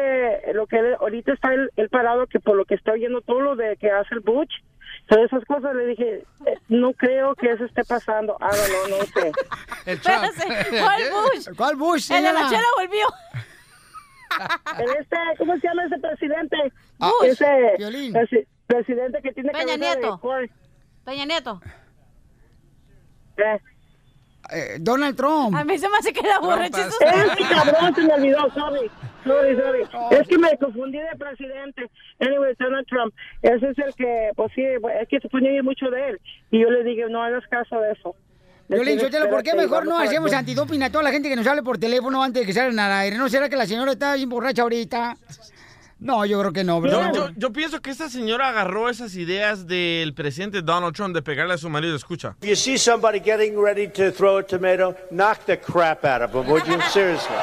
Speaker 7: lo que él- ahorita está él, él parado, que por lo que está oyendo todo lo de que hace el Butch, todas esas cosas, le dije, eh, no creo que eso esté pasando. Ah, no, no, no sé.
Speaker 16: El
Speaker 9: Espérese, ¿cuál Bush?
Speaker 1: ¿Cuál Bush?
Speaker 9: El de la
Speaker 7: señora?
Speaker 9: chela volvió.
Speaker 7: En este, ¿cómo se llama ese presidente?
Speaker 9: Ah,
Speaker 7: ese
Speaker 9: Piolín.
Speaker 7: presi- presidente que tiene
Speaker 9: Peña
Speaker 7: cabeza
Speaker 9: Nieto.
Speaker 7: de cor-
Speaker 9: Peña Nieto.
Speaker 7: eh.
Speaker 1: Eh, Donald Trump.
Speaker 9: A mí se me hace que la borracha es usted.
Speaker 7: Es que cabrón, se me olvidó, sorry, sorry, sorry.
Speaker 1: Oh.
Speaker 7: Es que me confundí de presidente. Anyway, Donald Trump, ese es el que, pues sí, es que se ponía mucho de él. Y yo le dije, no hagas caso de eso.
Speaker 1: Violín, Sotelo, ¿por qué
Speaker 7: Espérate,
Speaker 1: mejor no
Speaker 7: vamos a ver.
Speaker 1: hacemos antidoping a toda la gente que nos hable por teléfono antes de que salgan al aire? ¿No será que la señora está bien borracha ahorita? No, yo creo que no,
Speaker 2: Yo,
Speaker 1: ¿verdad?
Speaker 2: yo- yo pienso que esta señora agarró esas ideas del presidente Donald Trump de pegarle a su marido. Escucha.
Speaker 17: If you see somebody getting ready to throw a tomato, knock the crap out of them, would you? Seriously.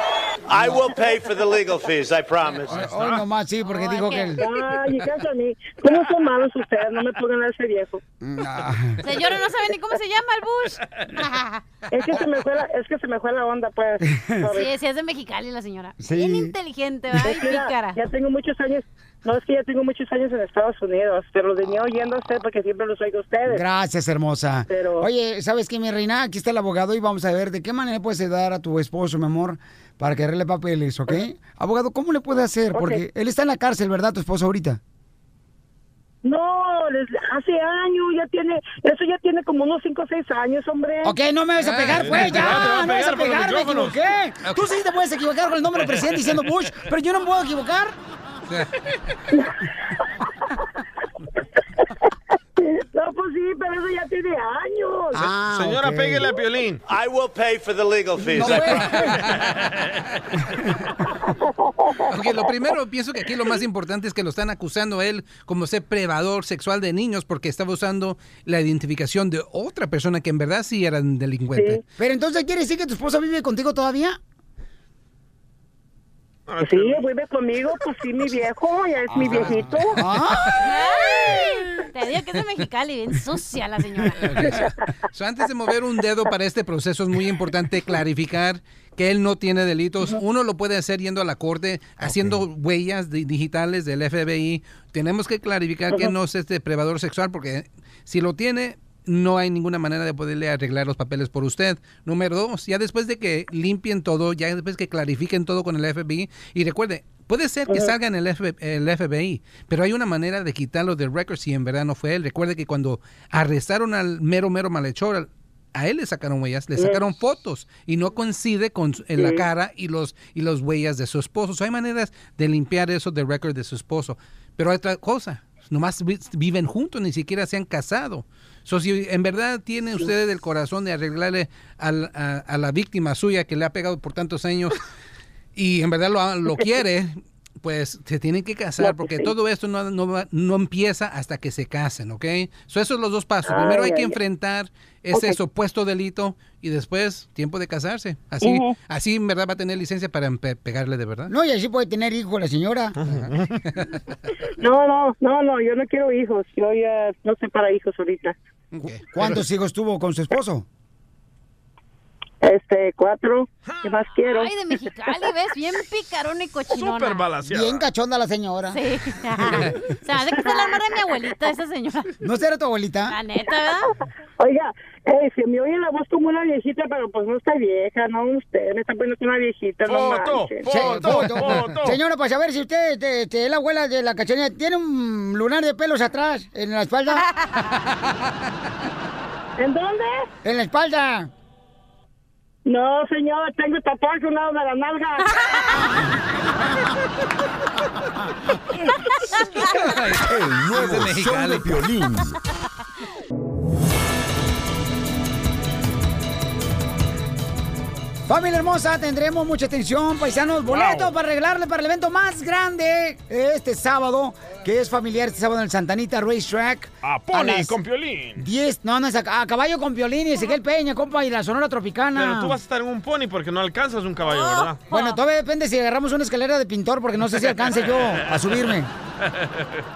Speaker 17: I will pay for the legal fees, I promise.
Speaker 1: Hoy nomás sí, porque dijo que... el-
Speaker 7: Ay, casi a mí. ¿Cómo son malos ustedes? No me pongan a ese viejo.
Speaker 9: Señora, no sabe ni cómo se llama el Bush.
Speaker 7: Es que se me fue la, es que se me fue la onda, pues. Sorry.
Speaker 9: Sí, sí, es de Mexicali la señora.
Speaker 7: Sí.
Speaker 9: Bien inteligente, ¿verdad? Y
Speaker 7: Es que ya-
Speaker 9: pícara.
Speaker 7: Ya tengo muchos años. No, es que ya tengo muchos años en Estados Unidos, pero los venía oyendo a usted porque siempre los oigo a ustedes.
Speaker 1: Gracias, hermosa.
Speaker 7: Pero-
Speaker 1: Oye, ¿sabes qué, mi reina? Aquí está el abogado y vamos a ver de qué manera puedes ayudar a tu esposo, mi amor, para que arregle papeles, ¿ok? Abogado, ¿cómo le puede hacer? Porque él está en la cárcel, ¿verdad, tu esposo ahorita?
Speaker 7: No, les- hace años, ya tiene, eso ya tiene como unos 5 o 6 años, hombre.
Speaker 1: Ok, no me vas a
Speaker 2: Eh.
Speaker 1: pegar, pues, ya, no me vas a pegar, me equivoqué. Tú sí te puedes equivocar con el nombre del presidente diciendo Bush, pero yo no me puedo equivocar.
Speaker 7: No, pues sí, pero eso ya tiene años.
Speaker 1: Ah,
Speaker 2: Señora, pégale a Piolín.
Speaker 17: I will pay for the legal fees.
Speaker 2: No,
Speaker 17: I
Speaker 2: güey.
Speaker 16: Porque lo primero, pienso que aquí lo más importante es que lo están acusando a él como ser prevador sexual de niños porque estaba usando la identificación de otra persona que en verdad sí era un delincuente.
Speaker 1: pues, Pero entonces, ¿quiere decir que tu esposa vive contigo todavía?
Speaker 7: Sí, vive conmigo, pues sí, mi viejo, ya es
Speaker 1: Ah.
Speaker 7: mi viejito.
Speaker 9: Ay, Te digo que es de Mexicali, bien sucia la señora.
Speaker 16: So, antes de mover un dedo para este proceso es muy importante clarificar que él no tiene delitos. Uno lo puede hacer yendo a la corte, haciendo huellas di- digitales del FBI. Tenemos que clarificar que
Speaker 4: Ujú.
Speaker 16: no es este prevador sexual porque si lo tiene no hay ninguna manera de poderle arreglar los papeles por usted. Número dos, ya después de que limpien todo, ya después que clarifiquen todo con el FBI, y recuerde, puede ser que
Speaker 4: Ujú.
Speaker 16: salga en el, F- el FBI, pero hay una manera de quitarlo del récord si en verdad no fue él. Recuerde que cuando arrestaron al mero, mero malhechor, a él le sacaron huellas, le
Speaker 4: Yes.
Speaker 16: sacaron fotos y no coincide con su- en la
Speaker 4: Sí.
Speaker 16: cara y los y las huellas de su esposo. So, hay maneras de limpiar eso del récord de su esposo. Pero hay otra cosa, nomás vi- viven juntos, ni siquiera se han casado. So, si en verdad tiene ustedes el corazón de arreglarle al- a, a la víctima suya que le ha pegado por tantos años y en verdad lo, lo quiere, pues se tienen que casar, porque todo esto no, no, va- no empieza hasta que se casen, ¿ok? So, esos son los dos pasos. Primero hay
Speaker 4: Ay,
Speaker 16: que
Speaker 4: ay, ay.
Speaker 16: enfrentar ese
Speaker 4: Ok.
Speaker 16: supuesto delito y después tiempo de casarse. Así,
Speaker 1: Ujú.
Speaker 16: así en verdad va a tener licencia para empe- pegarle de verdad.
Speaker 1: No, y así puede tener hijo la señora.
Speaker 7: No, no, no, no, yo no quiero hijos. Yo ya no sé para hijos ahorita.
Speaker 1: ¿Cuántos hijos tuvo con su esposo?
Speaker 7: Este, cuatro.
Speaker 1: Ah,
Speaker 7: ¿Qué más quiero?
Speaker 9: Ay, de Mexicali, ¿ves? Bien picarón y cochinona.
Speaker 1: Bien cachonda la señora.
Speaker 9: Sí. Se me hace que está la madre de mi abuelita, esa señora.
Speaker 1: ¿No será tu abuelita?
Speaker 9: La neta, ¿verdad?
Speaker 7: Oiga, eh, se me oye la voz como una viejita, pero pues no está vieja, no usted, me está poniendo como una viejita, no manches.
Speaker 1: Se- Señora, para saber si usted este, este, es la abuela de la cachanilla, ¿tiene un lunar de pelos atrás en la espalda?
Speaker 7: ¿En dónde?
Speaker 1: En la espalda.
Speaker 7: No, señor, tengo tatuaje a un lado de la nalga.
Speaker 8: El nuevo show de Piolín.
Speaker 1: Familia hermosa, tendremos mucha atención, paisanos, boletos para arreglarle para el evento más grande este sábado, que es familiar este sábado en el Santanita Racetrack. A
Speaker 2: Pony
Speaker 1: las
Speaker 2: con Piolín.
Speaker 1: 10, no, no, es a, a caballo con violín y Ezequiel Peña, compa, y la Sonora Tropicana.
Speaker 2: Pero tú vas a estar en un pony porque no alcanzas un
Speaker 4: Ah,
Speaker 2: caballo, ¿verdad?
Speaker 1: Ah, Bueno, todavía depende si agarramos una escalera de pintor, porque no sé si alcance yo a subirme.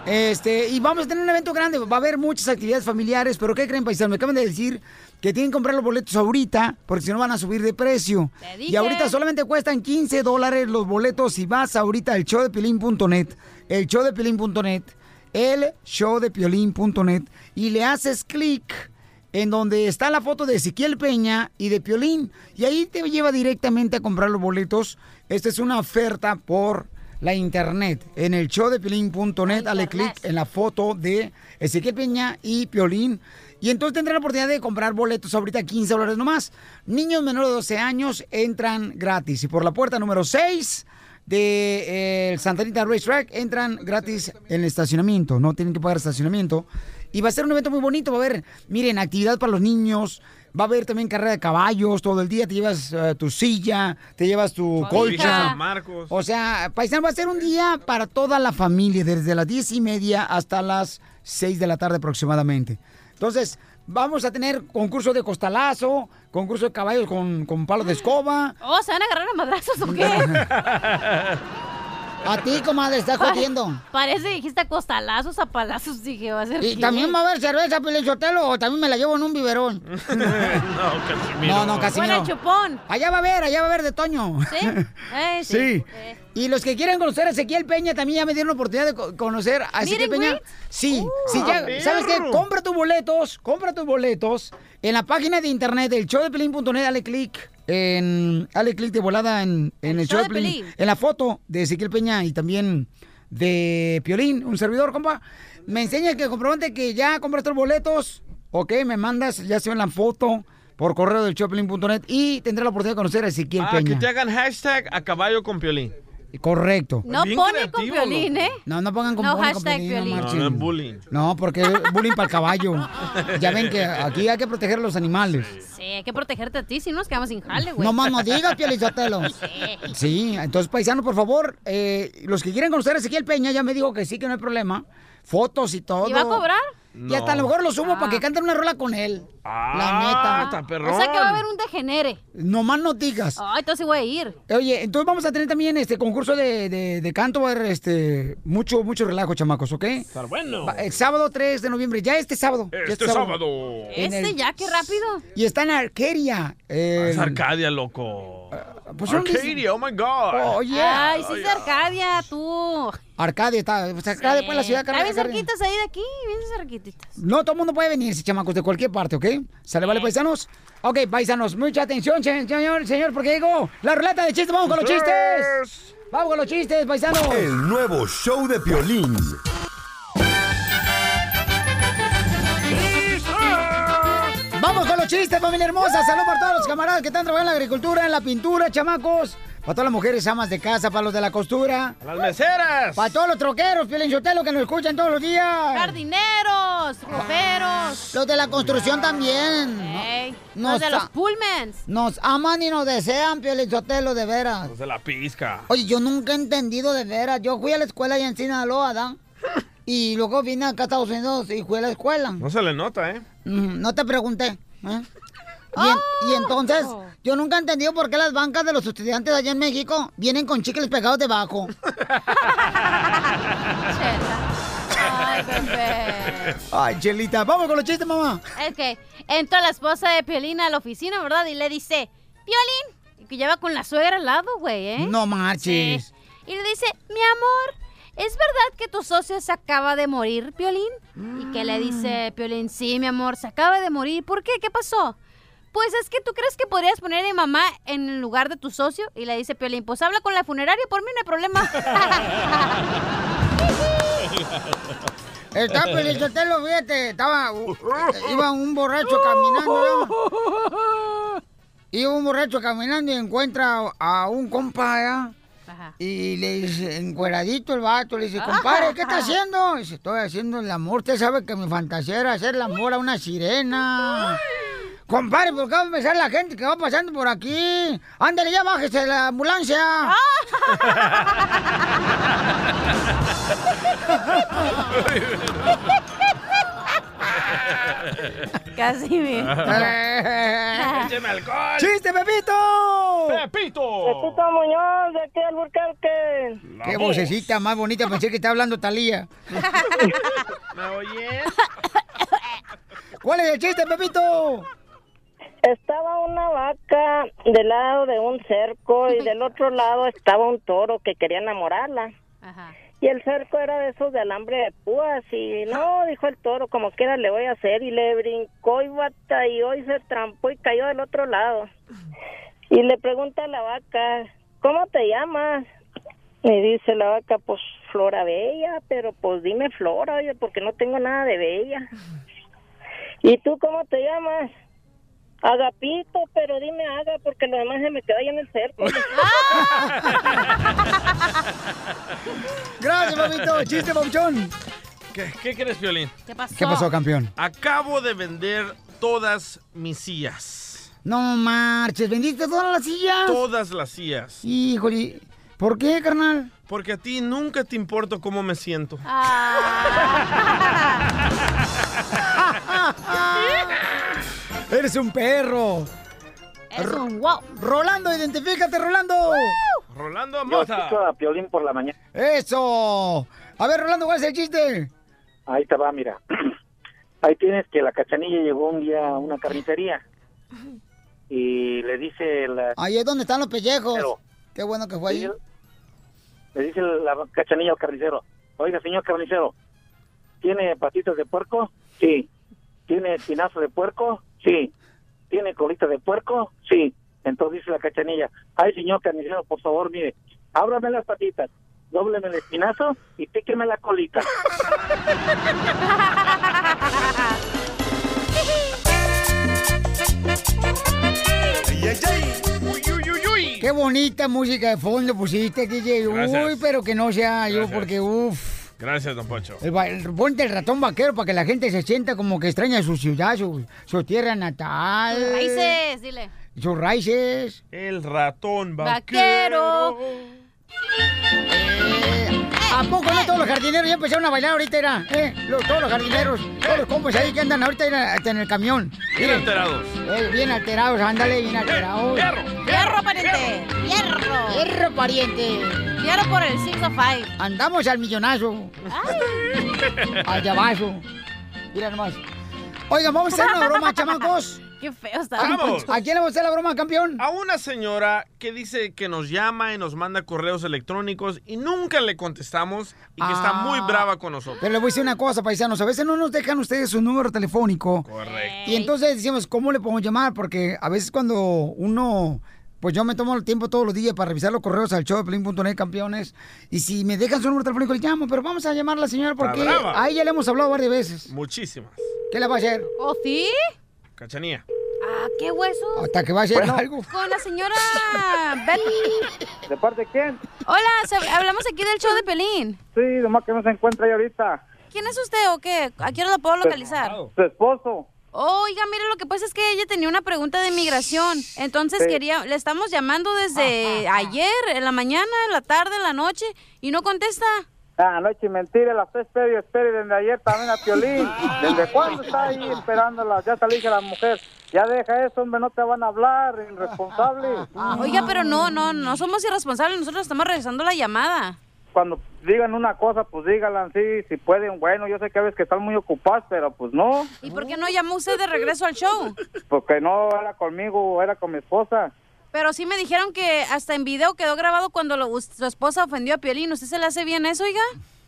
Speaker 1: Este, y vamos a tener un evento grande, va a haber muchas actividades familiares, pero ¿qué creen, paisanos? Me acaban de decir que tienen que comprar los boletos ahorita, porque si no van a subir de precio.
Speaker 4: Te dije.
Speaker 1: Y ahorita solamente cuestan 15 dólares los boletos si vas ahorita al showdepiolín.net, el showdepiolín.net, el showdepiolín.net, y le haces clic en donde está la foto de Ezequiel Peña y de Piolín. Y ahí te lleva directamente a comprar los boletos. Esta es una oferta por la internet. En el show de Piolín.net, dale clic en la foto de Ezequiel Peña y Piolín. Y entonces tendrán la oportunidad de comprar boletos ahorita 15 dólares nomás. Niños menores de 12 años entran gratis. Y por la puerta número 6 de eh, el Santanita Racetrack entran gratis en el estacionamiento, no tienen que pagar estacionamiento. Y va a ser un evento muy bonito, va a haber, miren, actividad para los niños, va a haber también carrera de caballos todo el día, te llevas eh, tu silla, te llevas tu
Speaker 2: Colcha.
Speaker 1: colcha.
Speaker 2: San Marcos.
Speaker 1: O sea, paisano, va a ser un día para toda la familia, desde las diez y media hasta las 6 de la tarde aproximadamente. Entonces, vamos a tener concurso de costalazo, concurso de caballos con, con palo de escoba.
Speaker 9: Oh, ¿se van a agarrar a madrazos o qué?
Speaker 1: A ti, comadre, estás
Speaker 9: Ay,
Speaker 1: jodiendo.
Speaker 9: Parece que dijiste a costalazos, a palazos, dije, va a ser.
Speaker 1: Y también va a haber cerveza, Pilinchotelo, o también me la llevo en un biberón.
Speaker 2: no, Casimiro.
Speaker 1: No, no, Casimiro. chupón. Allá va a haber, allá va a haber de Toño. ¿Sí?
Speaker 4: sí.
Speaker 1: Y los que quieren conocer a Ezequiel Peña también ya me dieron la oportunidad de co- conocer a Ezequiel
Speaker 4: Miren,
Speaker 1: Peña.
Speaker 4: güey.
Speaker 1: Sí,
Speaker 4: Uh,
Speaker 1: sí, ya,
Speaker 4: perro.
Speaker 1: ¿sabes qué? Compra tus boletos, compra tus boletos en la página de internet del showdepelín.net, dale clic en, dale clic de volada en, en el, show de Pelín, en la foto de Ezequiel Peña y también de Piolín, un servidor, compa. Me enseña que comprobante que ya compraste los boletos, ok, me mandas, ya se ve la foto por correo del showdepelín.net y tendré la oportunidad de conocer a Ezequiel
Speaker 2: Ah, que
Speaker 1: Peña.
Speaker 2: te hagan hashtag a caballo con Piolín.
Speaker 1: Correcto.
Speaker 9: No pone con violín, ¿eh?
Speaker 1: No, no pongan como
Speaker 9: No,
Speaker 1: pone con
Speaker 9: hashtag
Speaker 1: piolín,
Speaker 9: piolín.
Speaker 2: No,
Speaker 1: marchen.
Speaker 2: no es bullying.
Speaker 1: No, porque es bullying para el caballo. Ya ven que aquí hay que proteger a los animales.
Speaker 9: Sí, hay que protegerte a ti, si no nos quedamos sin jale, güey.
Speaker 1: No más no digas, Pielizotelo. Sí, entonces, paisano, por favor, eh, los que quieren conocer a Ezequiel Peña, ya me dijo que sí, que no hay problema. Fotos y todo.
Speaker 9: ¿Y va a cobrar?
Speaker 1: Y hasta a lo mejor lo subo para
Speaker 9: Ah.
Speaker 1: que canten una rola con él.
Speaker 2: Ah,
Speaker 1: la
Speaker 2: está
Speaker 1: neta.
Speaker 2: perrón.
Speaker 9: O sea que va a haber un degenere.
Speaker 1: No más no digas.
Speaker 9: Ay, entonces voy a ir.
Speaker 1: Oye, entonces vamos a tener también este concurso de, de- de canto, va a haber este, mucho, mucho relajo, chamacos, ¿ok? Estar
Speaker 2: bueno.
Speaker 1: El sábado 3 de noviembre, ya este sábado. ya
Speaker 2: Este sábado.
Speaker 1: En
Speaker 9: Este
Speaker 1: el-
Speaker 9: ya, qué rápido.
Speaker 1: Y está en Arqueria. eh,
Speaker 2: Es Arcadia, loco.
Speaker 1: pues, ¿dónde es?
Speaker 2: Arcadia, oh my God.
Speaker 1: Oh, yeah.
Speaker 9: Ay, sí es de Arcadia, tú.
Speaker 1: Arcadia está, o sea, acá después
Speaker 9: pues,
Speaker 1: de la ciudad.
Speaker 9: Está bien
Speaker 1: Arcadia.
Speaker 9: cerquitas ahí de aquí, bien cerquititas.
Speaker 1: No, todo el mundo puede venirse, chamacos, de cualquier parte, ¿ok? ¿Sale, vale, paisanos? Ok, paisanos, mucha atención, che- señor, señor, porque digo, la ruleta de chistes, vamos con los chistes. Vamos con los chistes, paisanos.
Speaker 8: El nuevo show de Piolín.
Speaker 1: Vamos con los chistes, familia hermosa. Saludos para todos los camaradas que están trabajando en la agricultura, en la pintura, chamacos. Para todas las mujeres amas de casa, para los de la costura.
Speaker 2: Las meseras.
Speaker 1: Para todos los troqueros, Sotelo, que nos escuchan todos los días.
Speaker 9: Jardineros, roperos.
Speaker 1: Los de la construcción también.
Speaker 9: los de los pullmans.
Speaker 1: Nos aman y nos desean, Sotelo, de veras.
Speaker 2: Los de la pizca.
Speaker 1: Oye, yo nunca he entendido de veras. Yo fui a la escuela allá en Sinaloa, ¿da? Y luego vine acá a Estados Unidos y fui a la escuela.
Speaker 2: No se le nota, ¿eh?
Speaker 1: Mm, No te pregunté. ¿eh? Y, en- y
Speaker 9: ¡Oh!
Speaker 1: entonces, yo nunca he entendido por qué las bancas de los estudiantes allá en México vienen con chicles pegados debajo.
Speaker 9: Ay, bebé.
Speaker 1: Ay, Chelita, vamos con los chistes, mamá.
Speaker 9: Es que entra la esposa de Piolín a la oficina, ¿verdad? Y le dice, Piolín, y que lleva con la suegra al lado, güey, ¿eh?
Speaker 1: No marches.
Speaker 9: Sí. Y le dice, mi amor, ¿es verdad que tu socio se acaba de morir, Piolín? Y que le dice, Piolín, sí, mi amor, se acaba de morir. ¿Por qué? ¿Qué pasó? Pues es que tú crees que podrías poner a mi mamá en el lugar de tu socio. Y le dice Piolín, pues habla con la funeraria, por mí no hay problema.
Speaker 1: Está pues, Pelizotelo, fíjate, estaba, u- iba un borracho caminando, ¿ya? Iba un borracho caminando y encuentra a un compa, ¿ya? Y le dice, encueradito el vato, le dice, compadre, ¿qué está haciendo? Dice, estoy haciendo el amor, usted sabe que mi fantasía era hacer el amor a una sirena. Compadre, ¿por qué va a empezar la gente que va pasando por aquí? Ándale, ya bájese de la ambulancia.
Speaker 9: Casi me.
Speaker 2: ¡Écheme alcohol!
Speaker 1: ¡Chiste, Pepito!
Speaker 2: ¡Pepito!
Speaker 1: ¡Pepito
Speaker 4: Muñoz, de aquí al Burquerque!
Speaker 1: ¡Qué
Speaker 4: voz.
Speaker 1: vocecita más bonita! Pensé que estaba hablando Talía.
Speaker 2: ¿Me oye?
Speaker 1: ¿Cuál es el chiste, Pepito?
Speaker 4: Estaba una vaca del lado de un cerco y del otro lado estaba un toro que quería enamorarla. Y el cerco era de esos de alambre de púas y no, dijo el toro, como quiera le voy a hacer y le brincó y batalló y se trampó y cayó del otro lado. Y le pregunta a la vaca, ¿cómo te llamas? Y dice la vaca, pues Flora Bella, pero pues dime Flora, oye, porque no tengo nada de Bella. ¿Y tú cómo te llamas? Agapito, pero dime haga porque lo demás se me queda ahí en el cerco.
Speaker 1: Gracias, papito. Chiste, papuchón.
Speaker 2: ¿Qué, ¿Qué crees, Piolín?
Speaker 9: ¿Qué pasó?
Speaker 1: ¿Qué pasó, campeón?
Speaker 2: Acabo de vender todas mis sillas.
Speaker 1: No marches, vendiste todas las sillas.
Speaker 2: Todas las sillas.
Speaker 1: Híjole, ¿por qué, carnal?
Speaker 2: Porque a ti nunca te importa cómo me siento.
Speaker 1: Eres un perro.
Speaker 9: Es un wow.
Speaker 1: Rolando, identifícate, Rolando.
Speaker 2: Rolando
Speaker 18: Yo
Speaker 2: Mota.
Speaker 18: escucho a Piolín por la mañana.
Speaker 1: Eso. A ver, Rolando, ¿cuál es el chiste?
Speaker 18: Ahí te va, mira. Ahí tienes que la cachanilla llegó un día a una carnicería y le dice la,
Speaker 1: Ahí es donde están los pellejos. Qué bueno que fue Ah, ahí.
Speaker 18: le dice la cachanilla al carnicero, oiga señor carnicero, ¿tiene patitas de puerco? Sí. ¿Tiene espinazo de puerco? Sí. ¿Tiene colita de puerco? Sí. Entonces dice la cachanilla, ay señor carnicero, por favor, mire, ábrame las patitas, dóbleme el espinazo y píqueme la colita.
Speaker 2: Uy, uy, uy, uy.
Speaker 1: Qué bonita música de fondo pusiste, DJ. Uy,
Speaker 2: Gracias.
Speaker 1: pero que no sea yo,
Speaker 2: Gracias.
Speaker 1: porque uff.
Speaker 2: Gracias, don Poncho.
Speaker 1: Ponte el ratón vaquero para que la gente se sienta como que extraña su ciudad, su, su tierra natal.
Speaker 9: Sus raíces, dile.
Speaker 1: Sus raíces.
Speaker 2: El ratón
Speaker 9: Vaquero. Eh,
Speaker 1: ¿A poco no todos los jardineros ya empezaron a bailar ahorita? Era, eh, Lo- todos los jardineros,
Speaker 9: Eh.
Speaker 1: todos los compas ahí que andan ahorita era, hasta en el camión.
Speaker 2: Bien
Speaker 1: Miren.
Speaker 2: alterados. Eh,
Speaker 1: Eh, bien alterados, ándale, bien alterados.
Speaker 9: ¡Hierro! ¡Hierro, pariente! ¡Hierro!
Speaker 1: ¡Hierro, pariente!
Speaker 9: ¡Hierro por el 6 of 5!
Speaker 1: Andamos al millonazo, allá abajo. Mira nomás. Oigan, vamos a hacer una broma, chamacos.
Speaker 9: ¡Qué feo está!
Speaker 2: Vamos.
Speaker 1: ¿A quién le vamos a hacer la broma, campeón?
Speaker 2: A una señora que dice que nos llama y nos manda correos electrónicos y nunca le contestamos y que está
Speaker 1: Ah.
Speaker 2: muy brava con nosotros.
Speaker 1: Pero les voy a decir una cosa, paisanos. A veces no nos dejan ustedes su número telefónico.
Speaker 2: Correcto.
Speaker 1: Y entonces decimos, ¿cómo le podemos llamar? Porque a veces cuando uno, pues yo me tomo el tiempo todos los días para revisar los correos al show de Pelín.net, campeones. Y si me dejan su número telefónico, le llamo, pero vamos a llamar a la señora porque
Speaker 2: Está brava.
Speaker 1: a ella le hemos hablado varias veces.
Speaker 2: Muchísimas.
Speaker 1: ¿Qué le va a hacer?
Speaker 9: ¿O ¿Oh, sí?
Speaker 2: Cachanía.
Speaker 9: ¿A qué hueso?
Speaker 1: Hasta que va a hacer
Speaker 9: Bueno.
Speaker 1: algo.
Speaker 9: Con la señora Betty.
Speaker 6: ¿De parte de quién?
Speaker 9: Hola, sab- hablamos aquí del show de Pelín.
Speaker 6: Sí, nomás que no se encuentra ahí ahorita.
Speaker 9: ¿Quién es usted o qué? ¿A quién lo
Speaker 6: Pues,
Speaker 9: puedo localizar?
Speaker 6: Su esposo.
Speaker 9: Oiga, mire, lo que pasa es que ella tenía una pregunta de migración. Entonces
Speaker 6: Sí.
Speaker 9: quería, le estamos llamando desde ayer, en la mañana, en la tarde, en la noche, y no contesta.
Speaker 6: Ah, no eche mentira, la estoy espere y espere desde ayer también a Piolín. ¿Desde cuándo está ahí esperándola? Ya se le dije a la mujer, ya deja eso, hombre, no te van a hablar, irresponsable.
Speaker 9: Oiga, pero no, no, no somos irresponsables, nosotros estamos regresando la llamada.
Speaker 6: Cuando digan una cosa, pues díganla, sí, si pueden, bueno, yo sé que a veces que están muy ocupados, pero pues no,
Speaker 9: ¿Y por qué no llamó usted de regreso al show?
Speaker 6: porque no era conmigo, era con mi esposa.
Speaker 9: Pero sí me dijeron que hasta en video quedó grabado cuando lo- us- su esposa ofendió a Piolín. ¿Usted se le hace bien eso, oiga?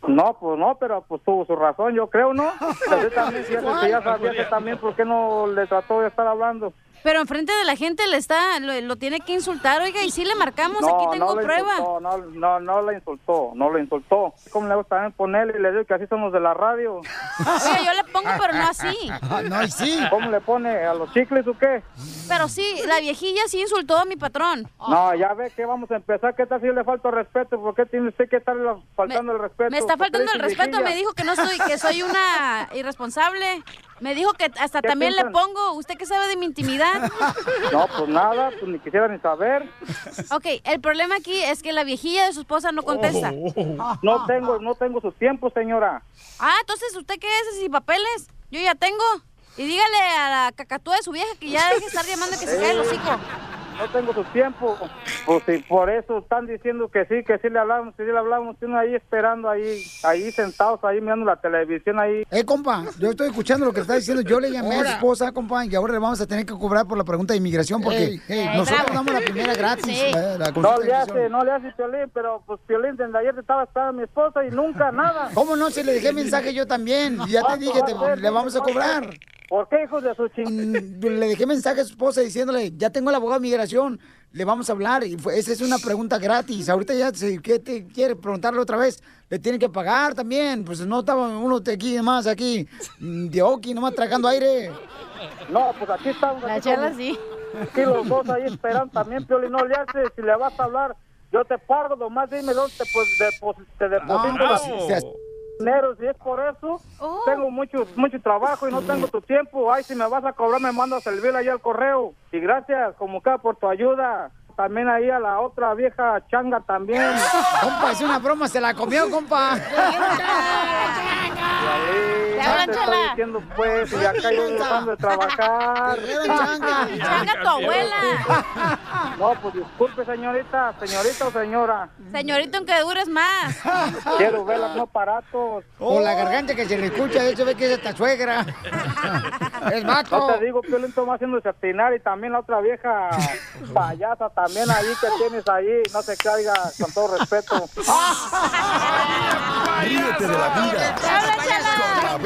Speaker 6: No, pues no, pero pues tuvo su razón, yo creo, ¿no? Pero yo también, si ese- si ya sabía que también, ¿por qué no le trató de estar hablando?
Speaker 9: Pero enfrente de la gente le está, lo, lo tiene que insultar, oiga, y sí le marcamos, aquí tengo
Speaker 6: lo
Speaker 9: prueba.
Speaker 6: Insultó, no, no, no la insultó, no lo insultó. ¿Cómo le gusta también ponerle y le digo que así son los de la radio?
Speaker 9: Oiga, yo le pongo, pero no así.
Speaker 6: no, y sí. ¿Cómo le pone? ¿A los chicles o qué?
Speaker 9: Pero sí, la viejilla sí insultó a mi patrón.
Speaker 6: No, ya ve que vamos a empezar. ¿Qué tal si yo le falto respeto? ¿Por qué tiene usted que estarle faltando el respeto?
Speaker 9: Me está
Speaker 6: ¿Por qué
Speaker 9: faltando el
Speaker 6: le dice
Speaker 9: respeto,
Speaker 6: viejilla?
Speaker 9: me dijo que no soy, que soy una irresponsable. Me dijo que hasta
Speaker 6: ¿Qué
Speaker 9: también le
Speaker 6: piensan?
Speaker 9: pongo, ¿usted qué sabe de mi intimidad?
Speaker 6: No, pues nada, pues ni quisiera ni saber.
Speaker 9: Ok, el problema aquí es que la viejilla de su esposa no contesta.
Speaker 6: Oh. No tengo, no tengo sus tiempos, señora.
Speaker 9: Ah, entonces, ¿usted qué es? ¿Y papeles? Yo ya tengo. Y dígale a la cacatúa de su vieja que ya deje de estar llamando y que se cae el hocico.
Speaker 6: No tengo su tiempo. Pues si por eso están diciendo que sí, que sí le hablamos, que sí le hablamos. Tienen ahí esperando, ahí, ahí sentados, ahí mirando la televisión, ahí.
Speaker 1: Eh, compa, yo estoy escuchando lo que está diciendo. Yo le llamé a
Speaker 6: Hola.
Speaker 1: su esposa, compa, y ahora le vamos a tener que cobrar por la pregunta de inmigración porque
Speaker 6: Ey, ey,
Speaker 1: nosotros
Speaker 6: bravo.
Speaker 1: damos la primera gratis. eh, la consulta
Speaker 6: no
Speaker 1: de
Speaker 6: le
Speaker 1: inmigración.
Speaker 6: hace, no le hace Piolín, pero pues Piolín desde ayer te estaba esperando a mi esposa y nunca nada. Ah, pues,
Speaker 1: ¿Cómo no? Si le dejé mensaje yo también. Ya te dije, te- le vamos a cobrar. Mm,
Speaker 6: ¿Por qué, hijos de su
Speaker 1: Le dejé mensaje a su esposa diciéndole, ya tengo el abogado de migración, le vamos a hablar. Y fue- esa es una pregunta gratis. Ahorita ya, si ¿qué te quiere preguntarle otra vez? Le tienen que pagar también. Pues no estaba uno de aquí más, aquí, mm, de Oki, nomás tragando aire.
Speaker 6: No, pues aquí estamos.
Speaker 9: La
Speaker 6: aquí
Speaker 9: chela
Speaker 6: estamos.
Speaker 9: sí.
Speaker 6: Aquí los dos ahí esperando también, Piolín. No le hace, si le vas a hablar, yo te pago, nomás dime dónde te, pues, depos- te deposito
Speaker 1: No,
Speaker 6: la-
Speaker 1: pues, seas-
Speaker 6: dinero, si es por eso, tengo mucho mucho trabajo y no tengo tu tiempo. Ay, si me vas a cobrar, me mandas el bill ahí al correo. Y gracias, como acá, por tu ayuda. También ahí a la otra vieja changa también.
Speaker 1: Compa, es una broma, se la comió, compa.
Speaker 6: Te
Speaker 1: hablan,
Speaker 6: estoy
Speaker 1: chala.
Speaker 6: diciendo, pues, y acá yo dejando de trabajar.
Speaker 1: Te hablan, changa.
Speaker 9: Changa tu abuela.
Speaker 6: No, pues disculpe, señorita, señorita o señora.
Speaker 9: Señorito, aunque dures más.
Speaker 6: Quiero verla no paratos.
Speaker 1: O la garganta que se le escucha, eso ve que es esta suegra. Es
Speaker 6: No
Speaker 1: vaco.
Speaker 6: te digo, Piolín Tomás haciéndose atinar y también la otra vieja payasa también ahí que tienes ahí, no se caiga, con todo respeto.
Speaker 1: Ah,
Speaker 8: Ríete de la vida con la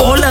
Speaker 10: Hola